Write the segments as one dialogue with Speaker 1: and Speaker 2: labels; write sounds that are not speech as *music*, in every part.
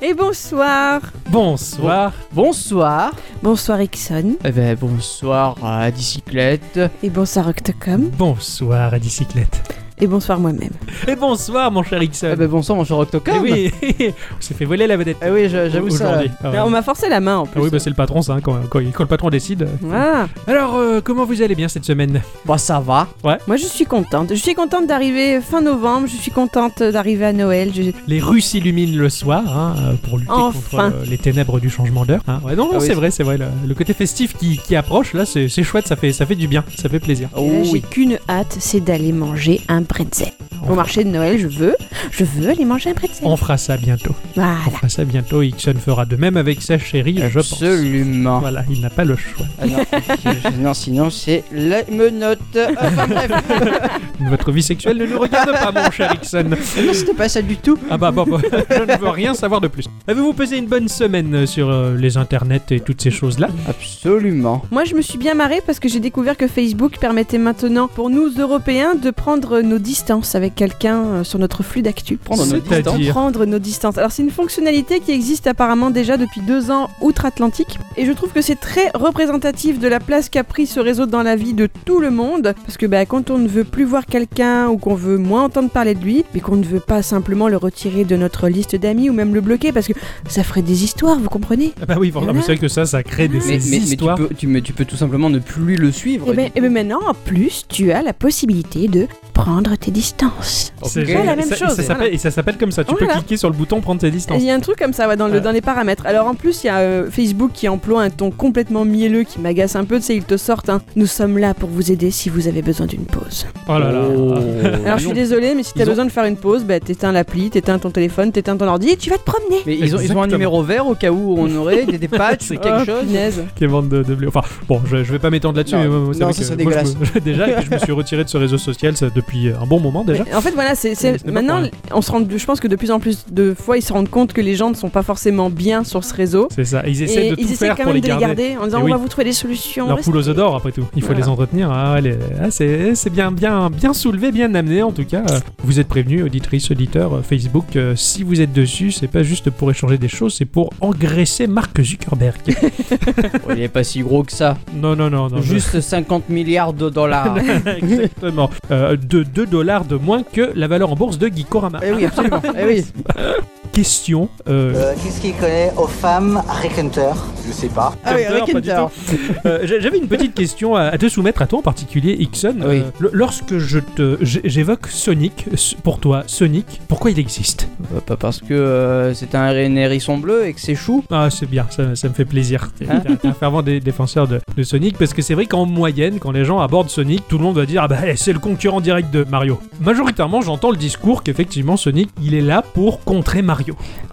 Speaker 1: Et bonsoir
Speaker 2: Bonsoir.
Speaker 3: Bonsoir.
Speaker 1: Bonsoir Ixon.
Speaker 3: Eh ben, bonsoir à bicyclette.
Speaker 1: Et bonsoir Octocom.
Speaker 2: Bonsoir à bicyclette.
Speaker 1: Et bonsoir moi-même.
Speaker 2: Et bonsoir mon cher Ixon.
Speaker 3: Eh ben, bonsoir mon cher Octocom.
Speaker 2: Eh oui, *laughs* on s'est fait voler la vedette.
Speaker 3: Eh oui, je- j'avoue ça.
Speaker 2: aujourd'hui. Ah ouais.
Speaker 1: on m'a forcé la main en plus.
Speaker 2: Ah oui, bah, c'est le patron, ça, hein, quand, quand- quand le patron décide.
Speaker 1: Ah,
Speaker 2: Alors, euh, comment vous allez bien cette semaine
Speaker 3: Bah ça va.
Speaker 1: moi je suis contente. Je suis contente d'arriver fin novembre, je suis contente d'arriver à Noël. je- euh,
Speaker 2: Les rues s'illuminent le soir hein, euh, pour lutter
Speaker 1: Enfin.
Speaker 2: contre euh, les ténèbres du changement d'heure. hein. Ouais, non, non,
Speaker 3: Ah oui,
Speaker 2: c'est
Speaker 3: c'est-
Speaker 2: vrai, c'est vrai. Le, le côté festif qui, qui approche, là, c'est c'est chouette, ça fait, ça fait du bien, ça fait plaisir.
Speaker 1: Et là, j'ai qu'une hâte, c'est d'aller manger un pretzel. Au
Speaker 2: Enfin.
Speaker 1: marché de Noël, je veux, je veux aller manger un pretzel.
Speaker 2: On fera ça bientôt. On
Speaker 1: Voilà.
Speaker 2: fera ça bientôt. Ixon fera de même avec sa chérie, Eh, je pense.
Speaker 3: Eh, Absolument.
Speaker 2: Voilà, il n'a pas le choix.
Speaker 3: Ah non, *laughs* je- non, sinon c'est la menotte. Euh,
Speaker 2: *laughs*
Speaker 3: Enfin bref,
Speaker 2: Votre vie sexuelle ne nous regarde pas, mon cher Ixon.
Speaker 3: non, c'était pas ça du tout.
Speaker 2: Ah bah bon, *laughs* bon, je ne veux rien savoir de plus. Avez-vous passé une bonne semaine sur euh, les internets et toutes ces choses-là
Speaker 3: Absolument.
Speaker 1: Moi je me suis bien marrée parce que j'ai découvert que Facebook permettait maintenant pour nous Européens de prendre nos distances avec quelqu'un euh, sur notre flux d'actu.
Speaker 3: Prendre nos
Speaker 2: C'est-à-dire
Speaker 3: distances.
Speaker 2: Dire.
Speaker 1: prendre nos distances. Alors c'est une fonctionnalité qui existe apparemment déjà depuis deux ans outre-Atlantique et je trouve que c'est très représentatif de la place qu'a pris ce réseau dans la vie de tout le monde parce que bah, quand on ne veut plus voir quelqu'un ou qu'on veut moins entendre parler de lui mais qu'on ne veut pas simplement le retirer de notre liste d'amis ou même le bloquer parce que ça ferait des histoires, vous comprenez
Speaker 2: Ah bah oui, voilà,
Speaker 1: Voilà.
Speaker 2: mais c'est vrai que ça, ça crée des
Speaker 3: Mais,
Speaker 2: ces
Speaker 3: mais- mais tu,
Speaker 2: histoires.
Speaker 3: peux, tu, mais tu peux tout simplement ne plus le suivre.
Speaker 1: et, ben, et ben maintenant en plus tu as la possibilité de prendre tes distances.
Speaker 2: C'est
Speaker 3: Ok.
Speaker 2: génial.
Speaker 1: la même
Speaker 2: Ça- et
Speaker 1: chose, Oh
Speaker 2: ça s'appelle-
Speaker 1: voilà.
Speaker 2: Et ça s'appelle comme ça. Tu peux
Speaker 1: Voilà.
Speaker 2: cliquer sur le bouton prendre tes distances.
Speaker 1: Il y a un truc comme ça ouais, dans, le,
Speaker 2: Ouais.
Speaker 1: dans les paramètres. Alors en plus, il y a euh, Facebook qui emploie un ton complètement mielleux qui m'agace un peu. Tu sais, ils te sortent. hein. Nous sommes là pour vous aider si vous avez besoin d'une pause.
Speaker 2: Oh là là.
Speaker 1: Alors je suis désolée, mais si t'as
Speaker 2: Ils ont-
Speaker 1: besoin de faire une pause, bah, t'éteins l'appli, t'éteins ton téléphone, t'éteins ton ordi et tu vas te promener.
Speaker 3: Mais ils ont, ils ont
Speaker 2: Exactement.
Speaker 3: un numéro vert au cas où on aurait des, des patchs ou quelque
Speaker 2: Ah,
Speaker 3: chose.
Speaker 1: Punaise.
Speaker 2: Quelles bandes de, de blé. Enfin, bon, je, je vais pas m'étendre là-dessus.
Speaker 3: Non,
Speaker 2: mais vous
Speaker 3: non,
Speaker 2: savez
Speaker 3: ça
Speaker 2: que
Speaker 3: serait
Speaker 2: moi, je me- *laughs* déjà, que je me suis retiré de ce réseau social ça, depuis un bon moment déjà.
Speaker 1: En fait, voilà, c'est c'est-
Speaker 2: Mais ce n'est pas
Speaker 1: maintenant,
Speaker 2: pour
Speaker 1: on se rend, je pense que de plus en plus de fois, ils se rendent compte que les gens ne sont pas forcément bien sur ce réseau.
Speaker 2: C'est ça. Et ils essaient
Speaker 1: et
Speaker 2: de
Speaker 1: ils
Speaker 2: tout
Speaker 1: essaient
Speaker 2: faire
Speaker 1: quand
Speaker 2: pour les
Speaker 1: même de les
Speaker 2: garder.
Speaker 1: garder en disant
Speaker 2: Eh
Speaker 1: on
Speaker 2: oui.
Speaker 1: va vous trouver des solutions.
Speaker 2: Leur
Speaker 1: restez-
Speaker 2: poule aux œufs d'or, après tout. Il faut
Speaker 1: Voilà.
Speaker 2: les entretenir. Ah, ouais, les- ah, c'est c'est bien, bien, bien soulevé, bien amené en tout cas. Euh, Vous êtes prévenus, auditrices, auditeurs, euh, Facebook. euh, si vous êtes dessus, c'est pas juste pour échanger des choses, c'est pour engraisser Mark Zuckerberg.
Speaker 1: *laughs*
Speaker 3: Oh, il est pas si gros que ça.
Speaker 2: non, non, non, non.
Speaker 3: Juste 50 milliards de dollars.
Speaker 2: *laughs* Exactement. Euh, de 2 dollars de moins que la valeur en bourse de Gikorama.
Speaker 3: Eh oui, absolument. Eh oui.
Speaker 2: Question. euh,
Speaker 4: Euh, Qu'est-ce qu'il connaît aux femmes Rick Hunter Je sais pas.
Speaker 3: Ah oui,
Speaker 2: Hunter,
Speaker 3: avec
Speaker 2: pas du
Speaker 3: Hunter.
Speaker 2: euh, j'a- J'avais une petite question à, à te soumettre, à toi en particulier, Ixon.
Speaker 3: Oui.
Speaker 2: Euh, le- lorsque je te, j'- j'évoque Sonic, s- pour toi, Sonic, pourquoi il existe
Speaker 3: Euh, Pas parce que euh, c'est un hé- hérisson bleu et que c'est chou.
Speaker 2: Ah, c'est bien, ça, ça me fait
Speaker 3: *laughs*
Speaker 2: plaisir. T'es
Speaker 3: Hein
Speaker 2: t'es un fervent dé- défenseur de, de Sonic, parce que c'est vrai qu'en moyenne, quand les gens abordent Sonic, tout le monde va dire Ah bah eh, c'est le concurrent direct de Mario. Majoritairement, j'entends le discours qu'effectivement Sonic, il est là pour contrer Mario.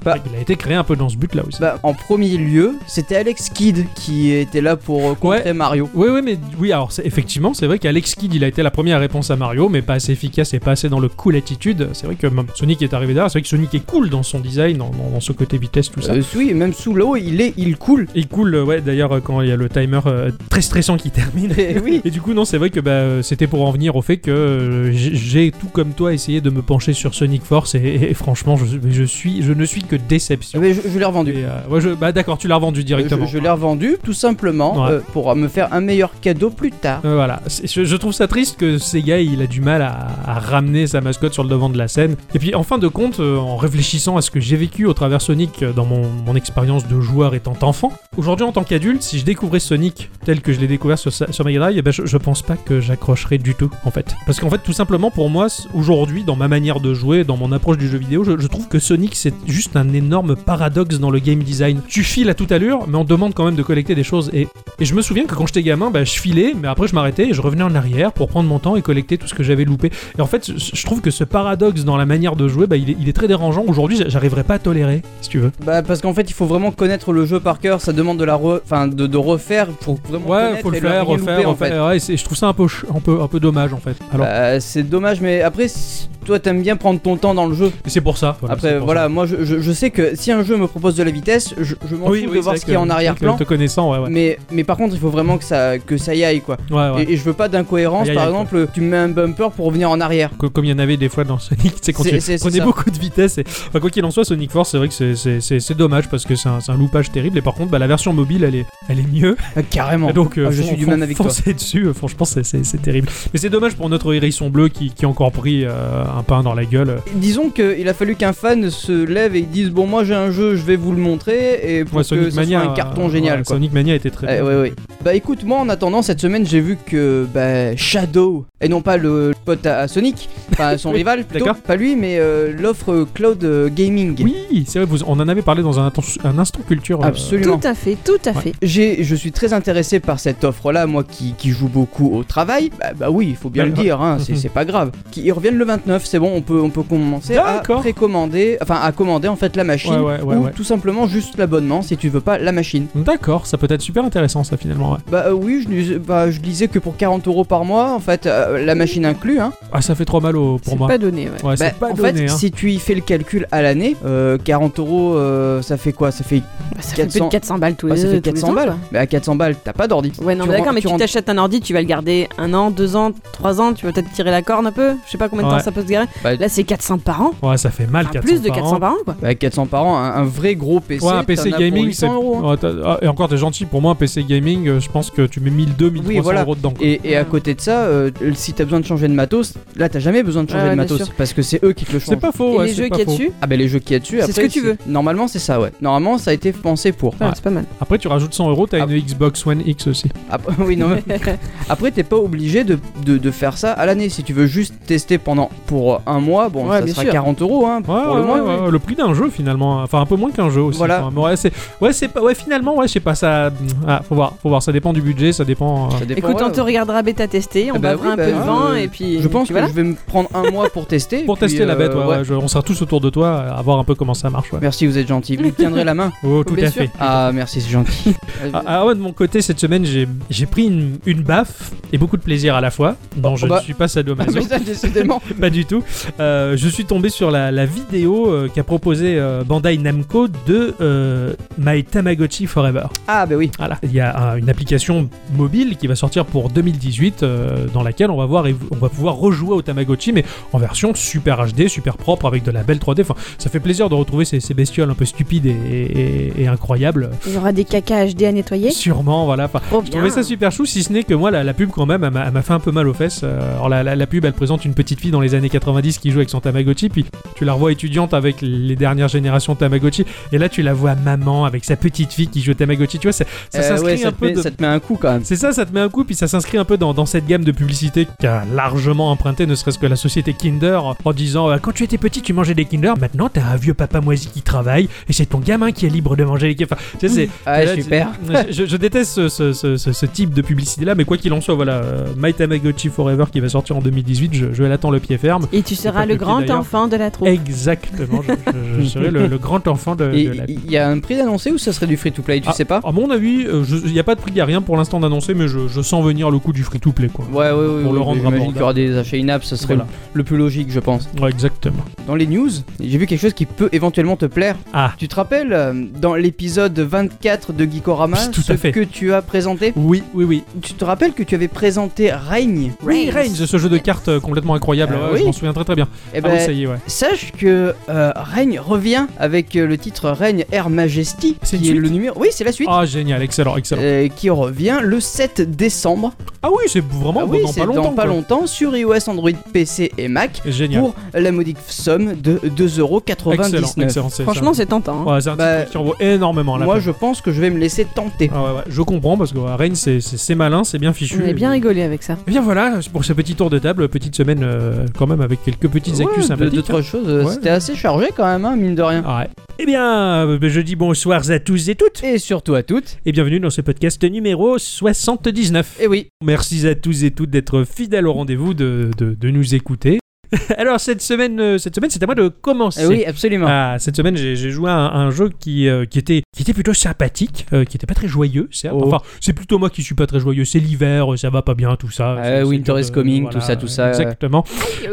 Speaker 3: Bah-
Speaker 2: il a été créé un peu dans ce but-là aussi.
Speaker 3: Bah, en premier lieu, c'était Alex Kidd qui était là pour euh, contrer Mario.
Speaker 2: Oui, oui, mais oui, alors c'est- effectivement, c'est vrai qu'Alex Kidd, il a été la première réponse à Mario, mais pas assez efficace et pas assez dans le cool attitude. C'est vrai que même Sonic est arrivé derrière, c'est vrai que Sonic est cool dans son design, dans, dans- dans ce côté vitesse, tout ça.
Speaker 3: Euh, oui, même sous l'eau, il est, il coule.
Speaker 2: Et cool, euh, ouais, d'ailleurs, euh, quand il y a le timer euh, très stressant qui termine.
Speaker 3: Eh oui.
Speaker 2: *laughs* Et du coup, non, c'est vrai que bah, euh, c'était pour en venir au fait que euh, j'ai- j'ai, tout comme toi, essayé de me pencher sur Sonic Force, et, et- et franchement, je, je suis, je ne suis que déception.
Speaker 3: Mais je, je l'ai revendu.
Speaker 2: Et, euh, ouais, je- bah d'accord, tu l'as revendu directement.
Speaker 3: Je, je l'ai revendu tout simplement
Speaker 2: Ouais.
Speaker 3: euh, pour me faire un meilleur cadeau plus tard.
Speaker 2: Euh, voilà, C'est- je, je trouve ça triste que Sega il a du mal à, à ramener sa mascotte sur le devant de la scène. Et puis en fin de compte, euh, en réfléchissant à ce que j'ai vécu au travers Sonic euh, dans mon, mon expérience de joueur étant enfant, aujourd'hui en tant qu'adulte, si je découvrais Sonic tel que je l'ai découvert sur, sa- sur Mega Drive, eh ben, je, je pense pas que j'accrocherais du tout en fait. Parce qu'en fait, tout simplement pour moi, c- aujourd'hui, dans ma manière de jouer, dans mon approche du jeu vidéo, je, je trouve que Sonic c'est juste un énorme paradoxe dans le game design. Tu files à toute allure, mais on te demande quand même de collecter des choses et et je me souviens que quand j'étais gamin, bah, je filais, mais après je m'arrêtais et je revenais en arrière pour prendre mon temps et collecter tout ce que j'avais loupé. Et en fait, je je trouve que ce paradoxe dans la manière de jouer, bah, il, est, il est très dérangeant. Aujourd'hui, j'a- j'arriverais pas à tolérer, si tu veux.
Speaker 3: Bah parce qu'en fait il faut vraiment connaître le jeu par cœur, ça demande de la re... enfin de, de refaire pour vraiment
Speaker 2: Ouais,
Speaker 3: connaître
Speaker 2: faut le
Speaker 3: et ne
Speaker 2: faire,
Speaker 3: rien
Speaker 2: refaire,
Speaker 3: louper, en fait.
Speaker 2: refaire. Ouais, c'est- je trouve ça un peu, ch- un peu, un peu dommage en fait. Alors,
Speaker 3: Bah, c'est dommage mais après c- toi t'aimes bien prendre ton temps dans le jeu.
Speaker 2: c'est pour ça.
Speaker 3: après
Speaker 2: c'est pour
Speaker 3: voilà
Speaker 2: ça.
Speaker 3: moi je, je- je sais que si un jeu me propose de la vitesse, je, je m'en fous de voir ce qu'il y a en arrière-plan.
Speaker 2: Te connaissant, ouais, ouais.
Speaker 3: Mais, mais par contre, il faut vraiment que ça, que ça y aille quoi.
Speaker 2: Ouais, ouais.
Speaker 3: Mm. Et, et je veux pas d'incohérence,
Speaker 2: Aïe, aïe,
Speaker 3: par
Speaker 2: aïe,
Speaker 3: exemple, tu me mets un bumper pour revenir en arrière.
Speaker 2: Co- Comme il y en avait des fois dans Sonic, c'est quand
Speaker 3: C'est-
Speaker 2: tu
Speaker 3: c'est- c'est
Speaker 2: prenais
Speaker 3: ça.
Speaker 2: beaucoup de vitesse. Et... Enfin, quoi qu'il en soit, Sonic Force, c'est vrai que c'est- c'est- c'est c'est dommage parce que c'est un, c'est un loupage terrible. Et par contre, bah, la version mobile, elle est, elle est mieux.
Speaker 3: Ah, carrément.
Speaker 2: Et Donc, euh,
Speaker 3: Ah, je
Speaker 2: fon-
Speaker 3: suis du
Speaker 2: fon-
Speaker 3: même avec toi.
Speaker 2: foncez dessus, euh, franchement, c'est- c'est c'est terrible. Mais c'est dommage pour notre hérisson bleu qui, qui a encore pris euh, un pain dans la gueule.
Speaker 3: Disons qu'il a fallu qu'un fan se lève et dise Bon, moi j'ai un jeu, je vais vous le montrer. Et pour
Speaker 2: Ouais,
Speaker 3: que ça soit un carton
Speaker 2: euh,
Speaker 3: génial
Speaker 2: ouais,
Speaker 3: quoi.
Speaker 2: Sonic Mania était très
Speaker 3: Eh,
Speaker 2: bien.
Speaker 3: ouais, ouais. Bah écoute, moi en attendant, cette semaine j'ai vu que bah, Shadow, et non pas le, le pote à, à Sonic, enfin
Speaker 2: *laughs*
Speaker 3: son
Speaker 2: Oui,
Speaker 3: rival plutôt,
Speaker 2: d'accord.
Speaker 3: pas lui, mais euh, l'offre euh, Cloud euh, Gaming.
Speaker 2: Oui, c'est vrai, vous- on en avait parlé dans un, inten- un instant culture. euh,
Speaker 3: Absolument.
Speaker 1: Tout à fait, tout à
Speaker 2: Ouais.
Speaker 1: fait.
Speaker 3: J'ai, je suis très intéressé par cette offre-là, moi qui, qui joue beaucoup au travail. Bah, bah oui, il faut bien
Speaker 2: Bah,
Speaker 3: le
Speaker 2: ouais.
Speaker 3: dire, hein,
Speaker 2: *laughs*
Speaker 3: c'est,
Speaker 2: Mhm.
Speaker 3: c'est pas grave. Qui, ils reviennent le 29, c'est bon, on peut, on peut commencer
Speaker 2: D'accord.
Speaker 3: à précommander, enfin à commander en fait la machine.
Speaker 2: ouais, ouais, ouais,
Speaker 3: ou
Speaker 2: ouais.
Speaker 3: tout simplement juste l'abonnement si tu veux pas la machine.
Speaker 2: D'accord, ça peut être super intéressant, ça finalement. Ouais.
Speaker 3: Bah euh, oui, je, dis- bah, je disais que pour 40 euros par mois, en fait, euh, la machine inclue, hein.
Speaker 2: Ah, ça fait trop mal au- pour
Speaker 1: C'est
Speaker 2: moi.
Speaker 1: pas donné, ouais.
Speaker 2: Ouais,
Speaker 3: Bah,
Speaker 2: c'est pas
Speaker 3: en
Speaker 2: donné.
Speaker 3: fait,
Speaker 2: hein.
Speaker 3: si tu y fais le calcul à l'année, euh, 40 euros, euh, ça fait quoi Ça fait
Speaker 1: Bah, ça fait plus
Speaker 3: 400
Speaker 1: de 400 balles tous
Speaker 3: Ouais,
Speaker 1: les
Speaker 3: ça
Speaker 1: tous
Speaker 3: fait
Speaker 1: les
Speaker 3: 400
Speaker 1: temps,
Speaker 3: balles.
Speaker 1: quoi.
Speaker 3: Mais à 400 balles, t'as pas d'ordi.
Speaker 1: Ouais, non,
Speaker 3: Tu
Speaker 1: mais d'accord,
Speaker 3: rends-
Speaker 1: mais
Speaker 3: tu
Speaker 1: tu
Speaker 3: rends-
Speaker 1: t'achètes un ordi, tu vas le garder un an, deux ans, trois ans, tu vas peut-être tirer la corne un peu. Je sais pas combien de
Speaker 2: Ouais. Ah,
Speaker 1: temps ça peut se garer.
Speaker 3: Bah,
Speaker 1: Là, c'est 400 par an.
Speaker 2: Ouais, ça fait mal.
Speaker 3: Ah,
Speaker 1: Enfin, plus de 400
Speaker 2: par an.
Speaker 1: par an, quoi.
Speaker 3: Bah, 400 par an, un, un vrai gros PC.
Speaker 2: Ouais, un PC
Speaker 3: t'en as pour
Speaker 2: gaming,
Speaker 3: 800
Speaker 2: c'est.
Speaker 3: euros, hein.
Speaker 2: Ouais, t'as- ah, et encore, t'es gentil. Pour moi, un PC gaming, euh, je pense que tu mets 1200, 1300
Speaker 3: voilà.
Speaker 2: euros dedans. quoi.
Speaker 3: Et, et à côté de ça, euh, si t'as besoin de changer de matos, là t'as jamais besoin de changer
Speaker 1: Ah ouais,
Speaker 3: de
Speaker 1: bien
Speaker 3: matos
Speaker 1: sûr.
Speaker 3: parce que c'est eux qui te le
Speaker 2: C'est
Speaker 3: changent.
Speaker 2: pas faux.
Speaker 1: Et
Speaker 2: ouais,
Speaker 1: les
Speaker 2: c'est
Speaker 1: jeux
Speaker 2: pas
Speaker 1: qu'il y a
Speaker 2: faux.
Speaker 1: dessus
Speaker 3: Ah bah les jeux qu'il y a dessus,
Speaker 1: C'est
Speaker 3: après,
Speaker 1: ce que tu veux.
Speaker 3: Normalement c'est ça, ouais. Normalement ça a été pensé pour.
Speaker 1: Ouais, C'est pas mal.
Speaker 2: Après, tu rajoutes 100 euros, t'as
Speaker 3: Ah.
Speaker 2: une Xbox One X aussi.
Speaker 3: Après, *laughs* oui, non,
Speaker 1: *laughs*
Speaker 3: mais- après t'es pas obligé de, de- de faire ça à l'année. Si tu veux juste tester pendant pour un mois, bon,
Speaker 1: Ouais,
Speaker 3: ça
Speaker 1: bien
Speaker 3: sera
Speaker 1: sûr.
Speaker 3: 40 euros hein,
Speaker 2: Ouais,
Speaker 3: pour le
Speaker 2: ouais,
Speaker 3: mois.
Speaker 2: ouais, ouais, le prix d'un jeu finalement. hein. Enfin, un peu moins qu'un jeu aussi.
Speaker 3: Voilà.
Speaker 2: Enfin, ouais, c'est. Ouais, c'est pas. Ouais, finalement, ouais, je sais pas. Ça. Ah, faut voir. Faut voir. Ça dépend du budget. Ça dépend. euh,
Speaker 3: Ça dépend,
Speaker 1: Écoute, on
Speaker 3: ouais.
Speaker 1: te regardera bêta tester, on
Speaker 3: Ah bah
Speaker 1: bavera
Speaker 3: oui,
Speaker 1: un
Speaker 3: bah,
Speaker 1: peu de vent
Speaker 3: euh,
Speaker 1: et puis.
Speaker 3: Je pense
Speaker 1: puis voilà.
Speaker 3: que je vais me prendre un mois pour tester.
Speaker 2: Pour
Speaker 3: puis,
Speaker 2: tester la
Speaker 3: euh,
Speaker 2: bête, ouais, ouais, je- on sera tous autour de toi, euh, à voir un peu comment ça marche. Ouais.
Speaker 3: Merci, vous êtes gentil. Vous me tiendrez
Speaker 2: *laughs*
Speaker 3: la main.
Speaker 2: Oh, tout
Speaker 1: Bien
Speaker 2: à
Speaker 1: sûr.
Speaker 2: fait.
Speaker 3: Ah, merci, c'est gentil. Euh,
Speaker 2: Ah, ah ouais, de mon côté, cette semaine, j'ai j'ai pris une, une baffe et beaucoup de plaisir à la fois. Non, je
Speaker 3: bah.
Speaker 2: ne suis pas
Speaker 3: *laughs* ah,
Speaker 2: sadomaso,
Speaker 3: mais ça, décidément.
Speaker 2: pas du tout. Euh, je suis tombé sur la, la vidéo euh, qu'a proposée euh, Bandai Namco de euh, My Tamagotchi Forever.
Speaker 3: Ah, bah oui.
Speaker 2: Voilà. Il y a euh, une application mobile qui va sortir pour 2018 euh, dans laquelle on va, voir, évo- on va pouvoir rejouer au Tamagotchi, mais en version super HD, super propre, avec de la belle 3D. Enfin, ça fait plaisir de retrouver ces, ces bestioles un peu stupides et, et- et incroyables.
Speaker 1: Il y aura des caca HD à nettoyer.
Speaker 2: Sûrement, voilà. Enfin,
Speaker 1: Trop
Speaker 2: je trouvais
Speaker 1: bien.
Speaker 2: ça super chou, si ce n'est que moi, la, la pub, quand même, elle m'a elle m'a fait un peu mal aux fesses. Euh, Alors, la, la- la pub, elle présente une petite fille dans les années 90 qui joue avec son Tamagotchi, puis tu la revois étudiante avec les dernières générations de Tamagotchi, et là, tu la vois maman avec sa petite fille qui joue au Tamagotchi. Tu vois, ça, ça
Speaker 3: Euh,
Speaker 2: s'inscrit
Speaker 3: ouais, ça
Speaker 2: un
Speaker 3: te
Speaker 2: peu
Speaker 3: met-
Speaker 2: de-
Speaker 3: ça te met un coup quand même.
Speaker 2: c'est ça, ça te met un coup, puis ça s'inscrit un peu dans, dans cette gamme de publicité qui a largement emprunté, ne serait-ce que la société Kinder, en disant euh, quand tu étais petit, tu mangeais des Kinder, maintenant t'as un vieux papa moisi qui travaille, et c'est ton gamin qui est libre de manger les Kinder. Enfin, tu sais, c'est-
Speaker 3: Ah,
Speaker 2: là, tu-
Speaker 3: super.
Speaker 2: je, je déteste ce, ce- ce- ce- ce type de publicité-là, mais quoi qu'il en soit, voilà, euh, My Tamagotchi Forever qui va sortir en 2018, je, je l'attends le pied ferme.
Speaker 1: Et tu
Speaker 2: pas
Speaker 1: seras
Speaker 2: le
Speaker 1: le
Speaker 2: pied,
Speaker 1: grand
Speaker 2: d'ailleurs.
Speaker 1: enfant de la troupe.
Speaker 2: Exactement, je, je- je serai le, le grand enfant de,
Speaker 3: Et
Speaker 2: de la
Speaker 3: il y a un prix d'annoncé ou ça serait du free to play, tu
Speaker 2: Ah,
Speaker 3: sais pas
Speaker 2: À mon avis, euh, il n'y a pas de prix, il n'y a rien pour l'instant d'annoncé, mais je, je sens venir le coup du free-to-play, quoi.
Speaker 3: Ouais, ouais, ouais.
Speaker 2: Pour le
Speaker 3: ouais,
Speaker 2: rendre
Speaker 3: J'imagine
Speaker 2: abordable.
Speaker 3: qu'il y aura des achats in-app, ce serait
Speaker 2: Voilà.
Speaker 3: le- le plus logique, je pense.
Speaker 2: Ouais, exactement.
Speaker 3: Dans les news, j'ai vu quelque chose qui peut éventuellement te plaire.
Speaker 2: Ah.
Speaker 3: Tu te rappelles euh, dans l'épisode 24 de Geekorama,
Speaker 2: Tout à
Speaker 3: ce
Speaker 2: fait.
Speaker 3: que tu as présenté
Speaker 2: Oui, oui, oui.
Speaker 3: Tu te rappelles que tu avais présenté Règne
Speaker 2: Oui, Reigns, ce jeu de cartes euh, complètement incroyable.
Speaker 3: Euh,
Speaker 2: ouais, Je
Speaker 3: oui.
Speaker 2: m'en souviens très très bien.
Speaker 3: Eh
Speaker 2: ah
Speaker 3: ben,
Speaker 2: oui, ça y est, ouais.
Speaker 3: sache que euh, Règne revient avec euh, le titre Règne Air Majesty,
Speaker 2: C'est une
Speaker 3: qui est
Speaker 2: suite
Speaker 3: le numéro. Oui, c'est la suite.
Speaker 2: Ah, génial, excellent, excellent.
Speaker 3: euh, qui revient le 7 décembre.
Speaker 2: Ah oui, c'est vraiment
Speaker 3: Ah
Speaker 2: dans-
Speaker 3: oui,
Speaker 2: dans
Speaker 3: c'est
Speaker 2: pas longtemps.
Speaker 3: dans pas
Speaker 2: quoi.
Speaker 3: longtemps sur iOS, Android, PC et Mac
Speaker 2: Génial.
Speaker 3: pour la modique somme de 2,99€.
Speaker 2: excellent, excellent. c'est
Speaker 1: Franchement, c'est tentant.
Speaker 2: ça.
Speaker 1: hein.
Speaker 2: Ouais, c'est un
Speaker 3: bah,
Speaker 2: titre qui en vaut énormément là.
Speaker 3: Moi, je pense que je vais me laisser tenter.
Speaker 2: Ah ouais, ouais, je comprends parce que ouais, Reigns, c'est- c'est c'est malin, c'est bien fichu.
Speaker 1: On a bien rigolé avec ça.
Speaker 2: Eh bien voilà, pour ce petit tour de table, petite semaine euh, quand même avec quelques petites
Speaker 3: Ouais,
Speaker 2: actus
Speaker 3: deux-
Speaker 2: sympathiques. hein.
Speaker 3: deux, trois choses, euh,
Speaker 2: Ouais.
Speaker 3: c'était assez chargé quand même, hein, mine de rien.
Speaker 2: Ah ouais. Eh bien, euh, je dis bonsoir à tous et toutes
Speaker 3: Et surtout à toutes,
Speaker 2: et bienvenue dans ce podcast numéro 79.
Speaker 3: et oui,
Speaker 2: Merci à tous et toutes d'être fidèles au rendez-vous, de, de- de nous écouter. *laughs* Alors cette semaine, euh, cette semaine, c'est à moi de commencer.
Speaker 3: Eh oui, absolument.
Speaker 2: Ah, cette semaine, j'ai j'ai joué à un, un jeu qui, euh, qui, était, qui était plutôt sympathique, euh, qui était pas très joyeux, certes.
Speaker 3: Oh.
Speaker 2: Enfin, c'est plutôt moi qui suis pas très joyeux. C'est l'hiver, euh, ça va pas bien, tout ça.
Speaker 3: Euh,
Speaker 2: C'est- c'est
Speaker 3: winter
Speaker 2: dur de-
Speaker 3: is coming, tout ça, tout ça, euh.
Speaker 2: Exactement.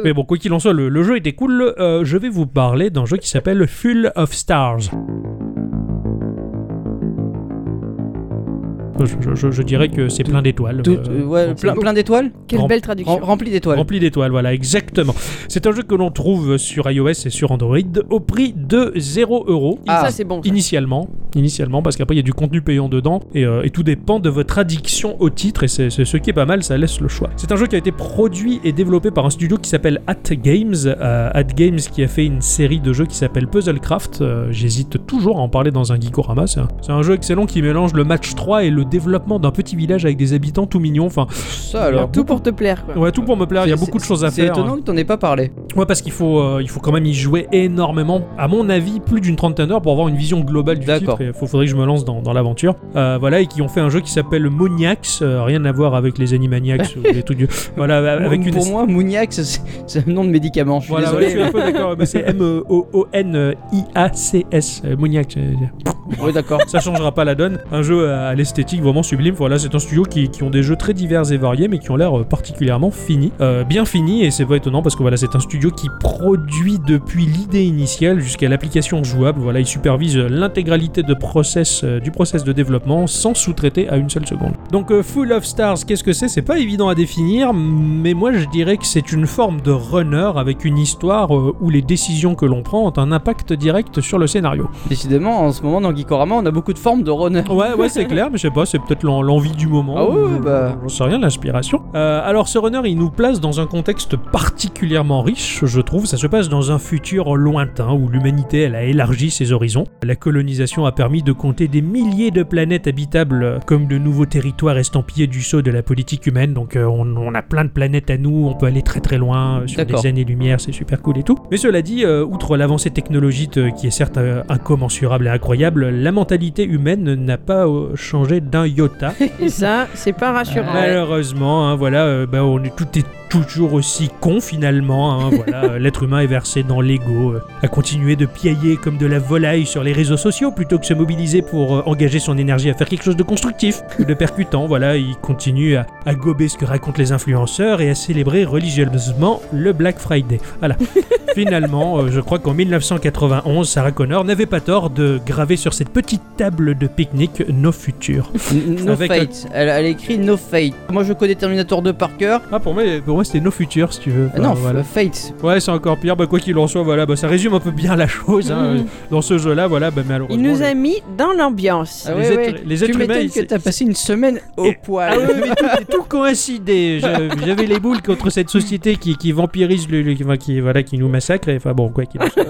Speaker 2: Mais bon, quoi qu'il en soit, le, le jeu était cool. Euh, je vais vous parler d'un jeu qui s'appelle Full of Stars. Je, je- je- je dirais que c'est plein d'étoiles.
Speaker 3: Tout-
Speaker 2: euh,
Speaker 3: euh, ouais, plein, plein d'étoiles
Speaker 1: Quelle
Speaker 2: Rem-
Speaker 1: belle traduction.
Speaker 3: Rem- Rempli d'étoiles.
Speaker 2: Rempli d'étoiles, voilà, exactement. C'est un jeu que l'on trouve sur iOS et sur Android au prix de 0 euros.
Speaker 3: Ah.
Speaker 1: Ça, c'est bon. ça.
Speaker 2: Initialement, initialement, parce qu'après il y a du contenu payant dedans et, euh, et tout dépend de votre addiction au titre et c'est c'est ce qui est pas mal, ça laisse le choix. C'est un jeu qui a été produit et développé par un studio qui s'appelle At Games, euh, At Games qui a fait une série de jeux qui s'appelle Puzzlecraft. euh, J'hésite toujours à en parler dans un Geekorama. C'est un, c'est un jeu excellent qui mélange le match 3 et le développement d'un petit village avec des habitants tout mignons. Enfin,
Speaker 3: Ça alors.
Speaker 1: Tout pour te plaire, quoi.
Speaker 2: ouais, tout pour me plaire. Il y a
Speaker 3: C'est-
Speaker 2: beaucoup de
Speaker 3: c'est-
Speaker 2: choses à faire. hein.
Speaker 3: C'est étonnant que t'en aies pas parlé.
Speaker 2: Ouais, parce qu'il faut, euh, il faut quand même y jouer énormément. À mon avis, plus d'une trentaine d'heures pour avoir une vision globale du
Speaker 3: D'accord.
Speaker 2: titre. Il faudrait que je me lance dans, dans l'aventure. Euh, voilà, et qui ont fait un jeu qui s'appelle Moniax. euh, rien à voir avec les
Speaker 3: *laughs*
Speaker 2: Animaniacs ou les trucs du. Voilà, avec une.
Speaker 3: Pour moi, Mouniac, c'est c'est un nom de médicament. Je suis
Speaker 2: Voilà, ouais, je
Speaker 3: désolé.
Speaker 2: suis un peu d'accord. mais C'est M-O-O-N-I-A-C-S. euh, Moniax. euh,
Speaker 3: Oui, d'accord.
Speaker 2: ça changera pas la donne. Un jeu à l'esthétique vraiment sublime. Voilà, c'est un studio qui, qui ont des jeux très divers et variés, mais qui ont l'air euh, particulièrement finis, Euh, bien finis. Et c'est pas étonnant parce que voilà, c'est un studio qui produit depuis l'idée initiale jusqu'à l'application jouable. Voilà, il supervise euh, l'intégralité de process euh, du process de développement sans sous-traiter à une seule seconde. Donc euh, Full of Stars, qu'est-ce que c'est C'est pas évident à définir, mais moi je dirais que c'est une forme de runner avec une histoire euh, où les décisions que l'on prend ont un impact direct sur le scénario.
Speaker 3: Décidément, en ce moment, dans Geekorama, on a beaucoup de formes de runner.
Speaker 2: Ouais, ouais,
Speaker 3: *laughs*
Speaker 2: c'est clair, mais je sais pas, c'est peut-être l'en- l'envie du moment.
Speaker 3: Ah ouais, ouais,
Speaker 2: Je-
Speaker 3: bah.
Speaker 2: J'en sais rien, l'inspiration. Euh, alors, ce runner, il nous place dans un contexte particulièrement riche, je trouve. Ça se passe dans un futur lointain où l'humanité, elle a élargi ses horizons. La colonisation a permis de compter des milliers de planètes habitables, euh, comme de nouveaux territoires estampillés du sceau de la politique humaine. Donc, euh, on, on a plein de planètes à nous, on peut aller très très loin, euh, sur
Speaker 3: D'accord.
Speaker 2: des années-lumière, c'est super cool et tout. Mais cela dit, euh, outre l'avancée technologique euh, qui est certes euh, incommensurable et incroyable, la mentalité humaine n'a pas euh, changé d'un iota.
Speaker 1: Et ça, c'est pas rassurant.
Speaker 2: Malheureusement, hein, voilà, euh, bah, on est tout est toujours aussi con finalement. hein, voilà, euh, l'être humain est versé dans l'ego, euh, à continuer de piailler comme de la volaille sur les réseaux sociaux plutôt que se mobiliser pour euh, engager son énergie à faire quelque chose de constructif, ou de percutant. Voilà, il continue à, à gober ce que racontent les influenceurs et à célébrer religieusement le Black Friday. Voilà. Finalement, euh, je crois qu'en 1991, Sarah Connor n'avait pas tort de graver sur cette petite table de pique-nique nos futurs.
Speaker 3: N- No
Speaker 2: Avec-
Speaker 3: Fate. Elle, elle écrit No Fate. Moi, je connais Terminator 2 par cœur.
Speaker 2: Ah, pour moi, pour moi c'était nos futurs, si tu veux.
Speaker 3: Ah non,
Speaker 2: Enfin, Bah, voilà.
Speaker 3: F- Fate.
Speaker 2: Ouais, c'est encore pire. Bah, quoi qu'il en soit, voilà, bah, ça résume un peu bien la chose. hein,
Speaker 1: Mhm.
Speaker 2: euh,
Speaker 3: Mm-hmm.
Speaker 2: Dans ce jeu-là, voilà, bah, malheureusement.
Speaker 1: Il nous
Speaker 2: le-
Speaker 1: a mis dans l'ambiance.
Speaker 3: Ah
Speaker 2: les
Speaker 3: ouais,
Speaker 2: êtres-
Speaker 3: ouais.
Speaker 2: les
Speaker 3: tu
Speaker 2: êtres humains,
Speaker 3: m'étonnes
Speaker 2: ils-
Speaker 3: que t'as passé une semaine au
Speaker 2: Et-
Speaker 3: poil.
Speaker 2: Ah oui, mais tout, c'est tout coïncidé. Je- J'avais les boules contre cette société qui, qui vampirise, le, le- enfin, qui, voilà, qui nous massacre. Et, enfin bon, quoi qu'il en soit.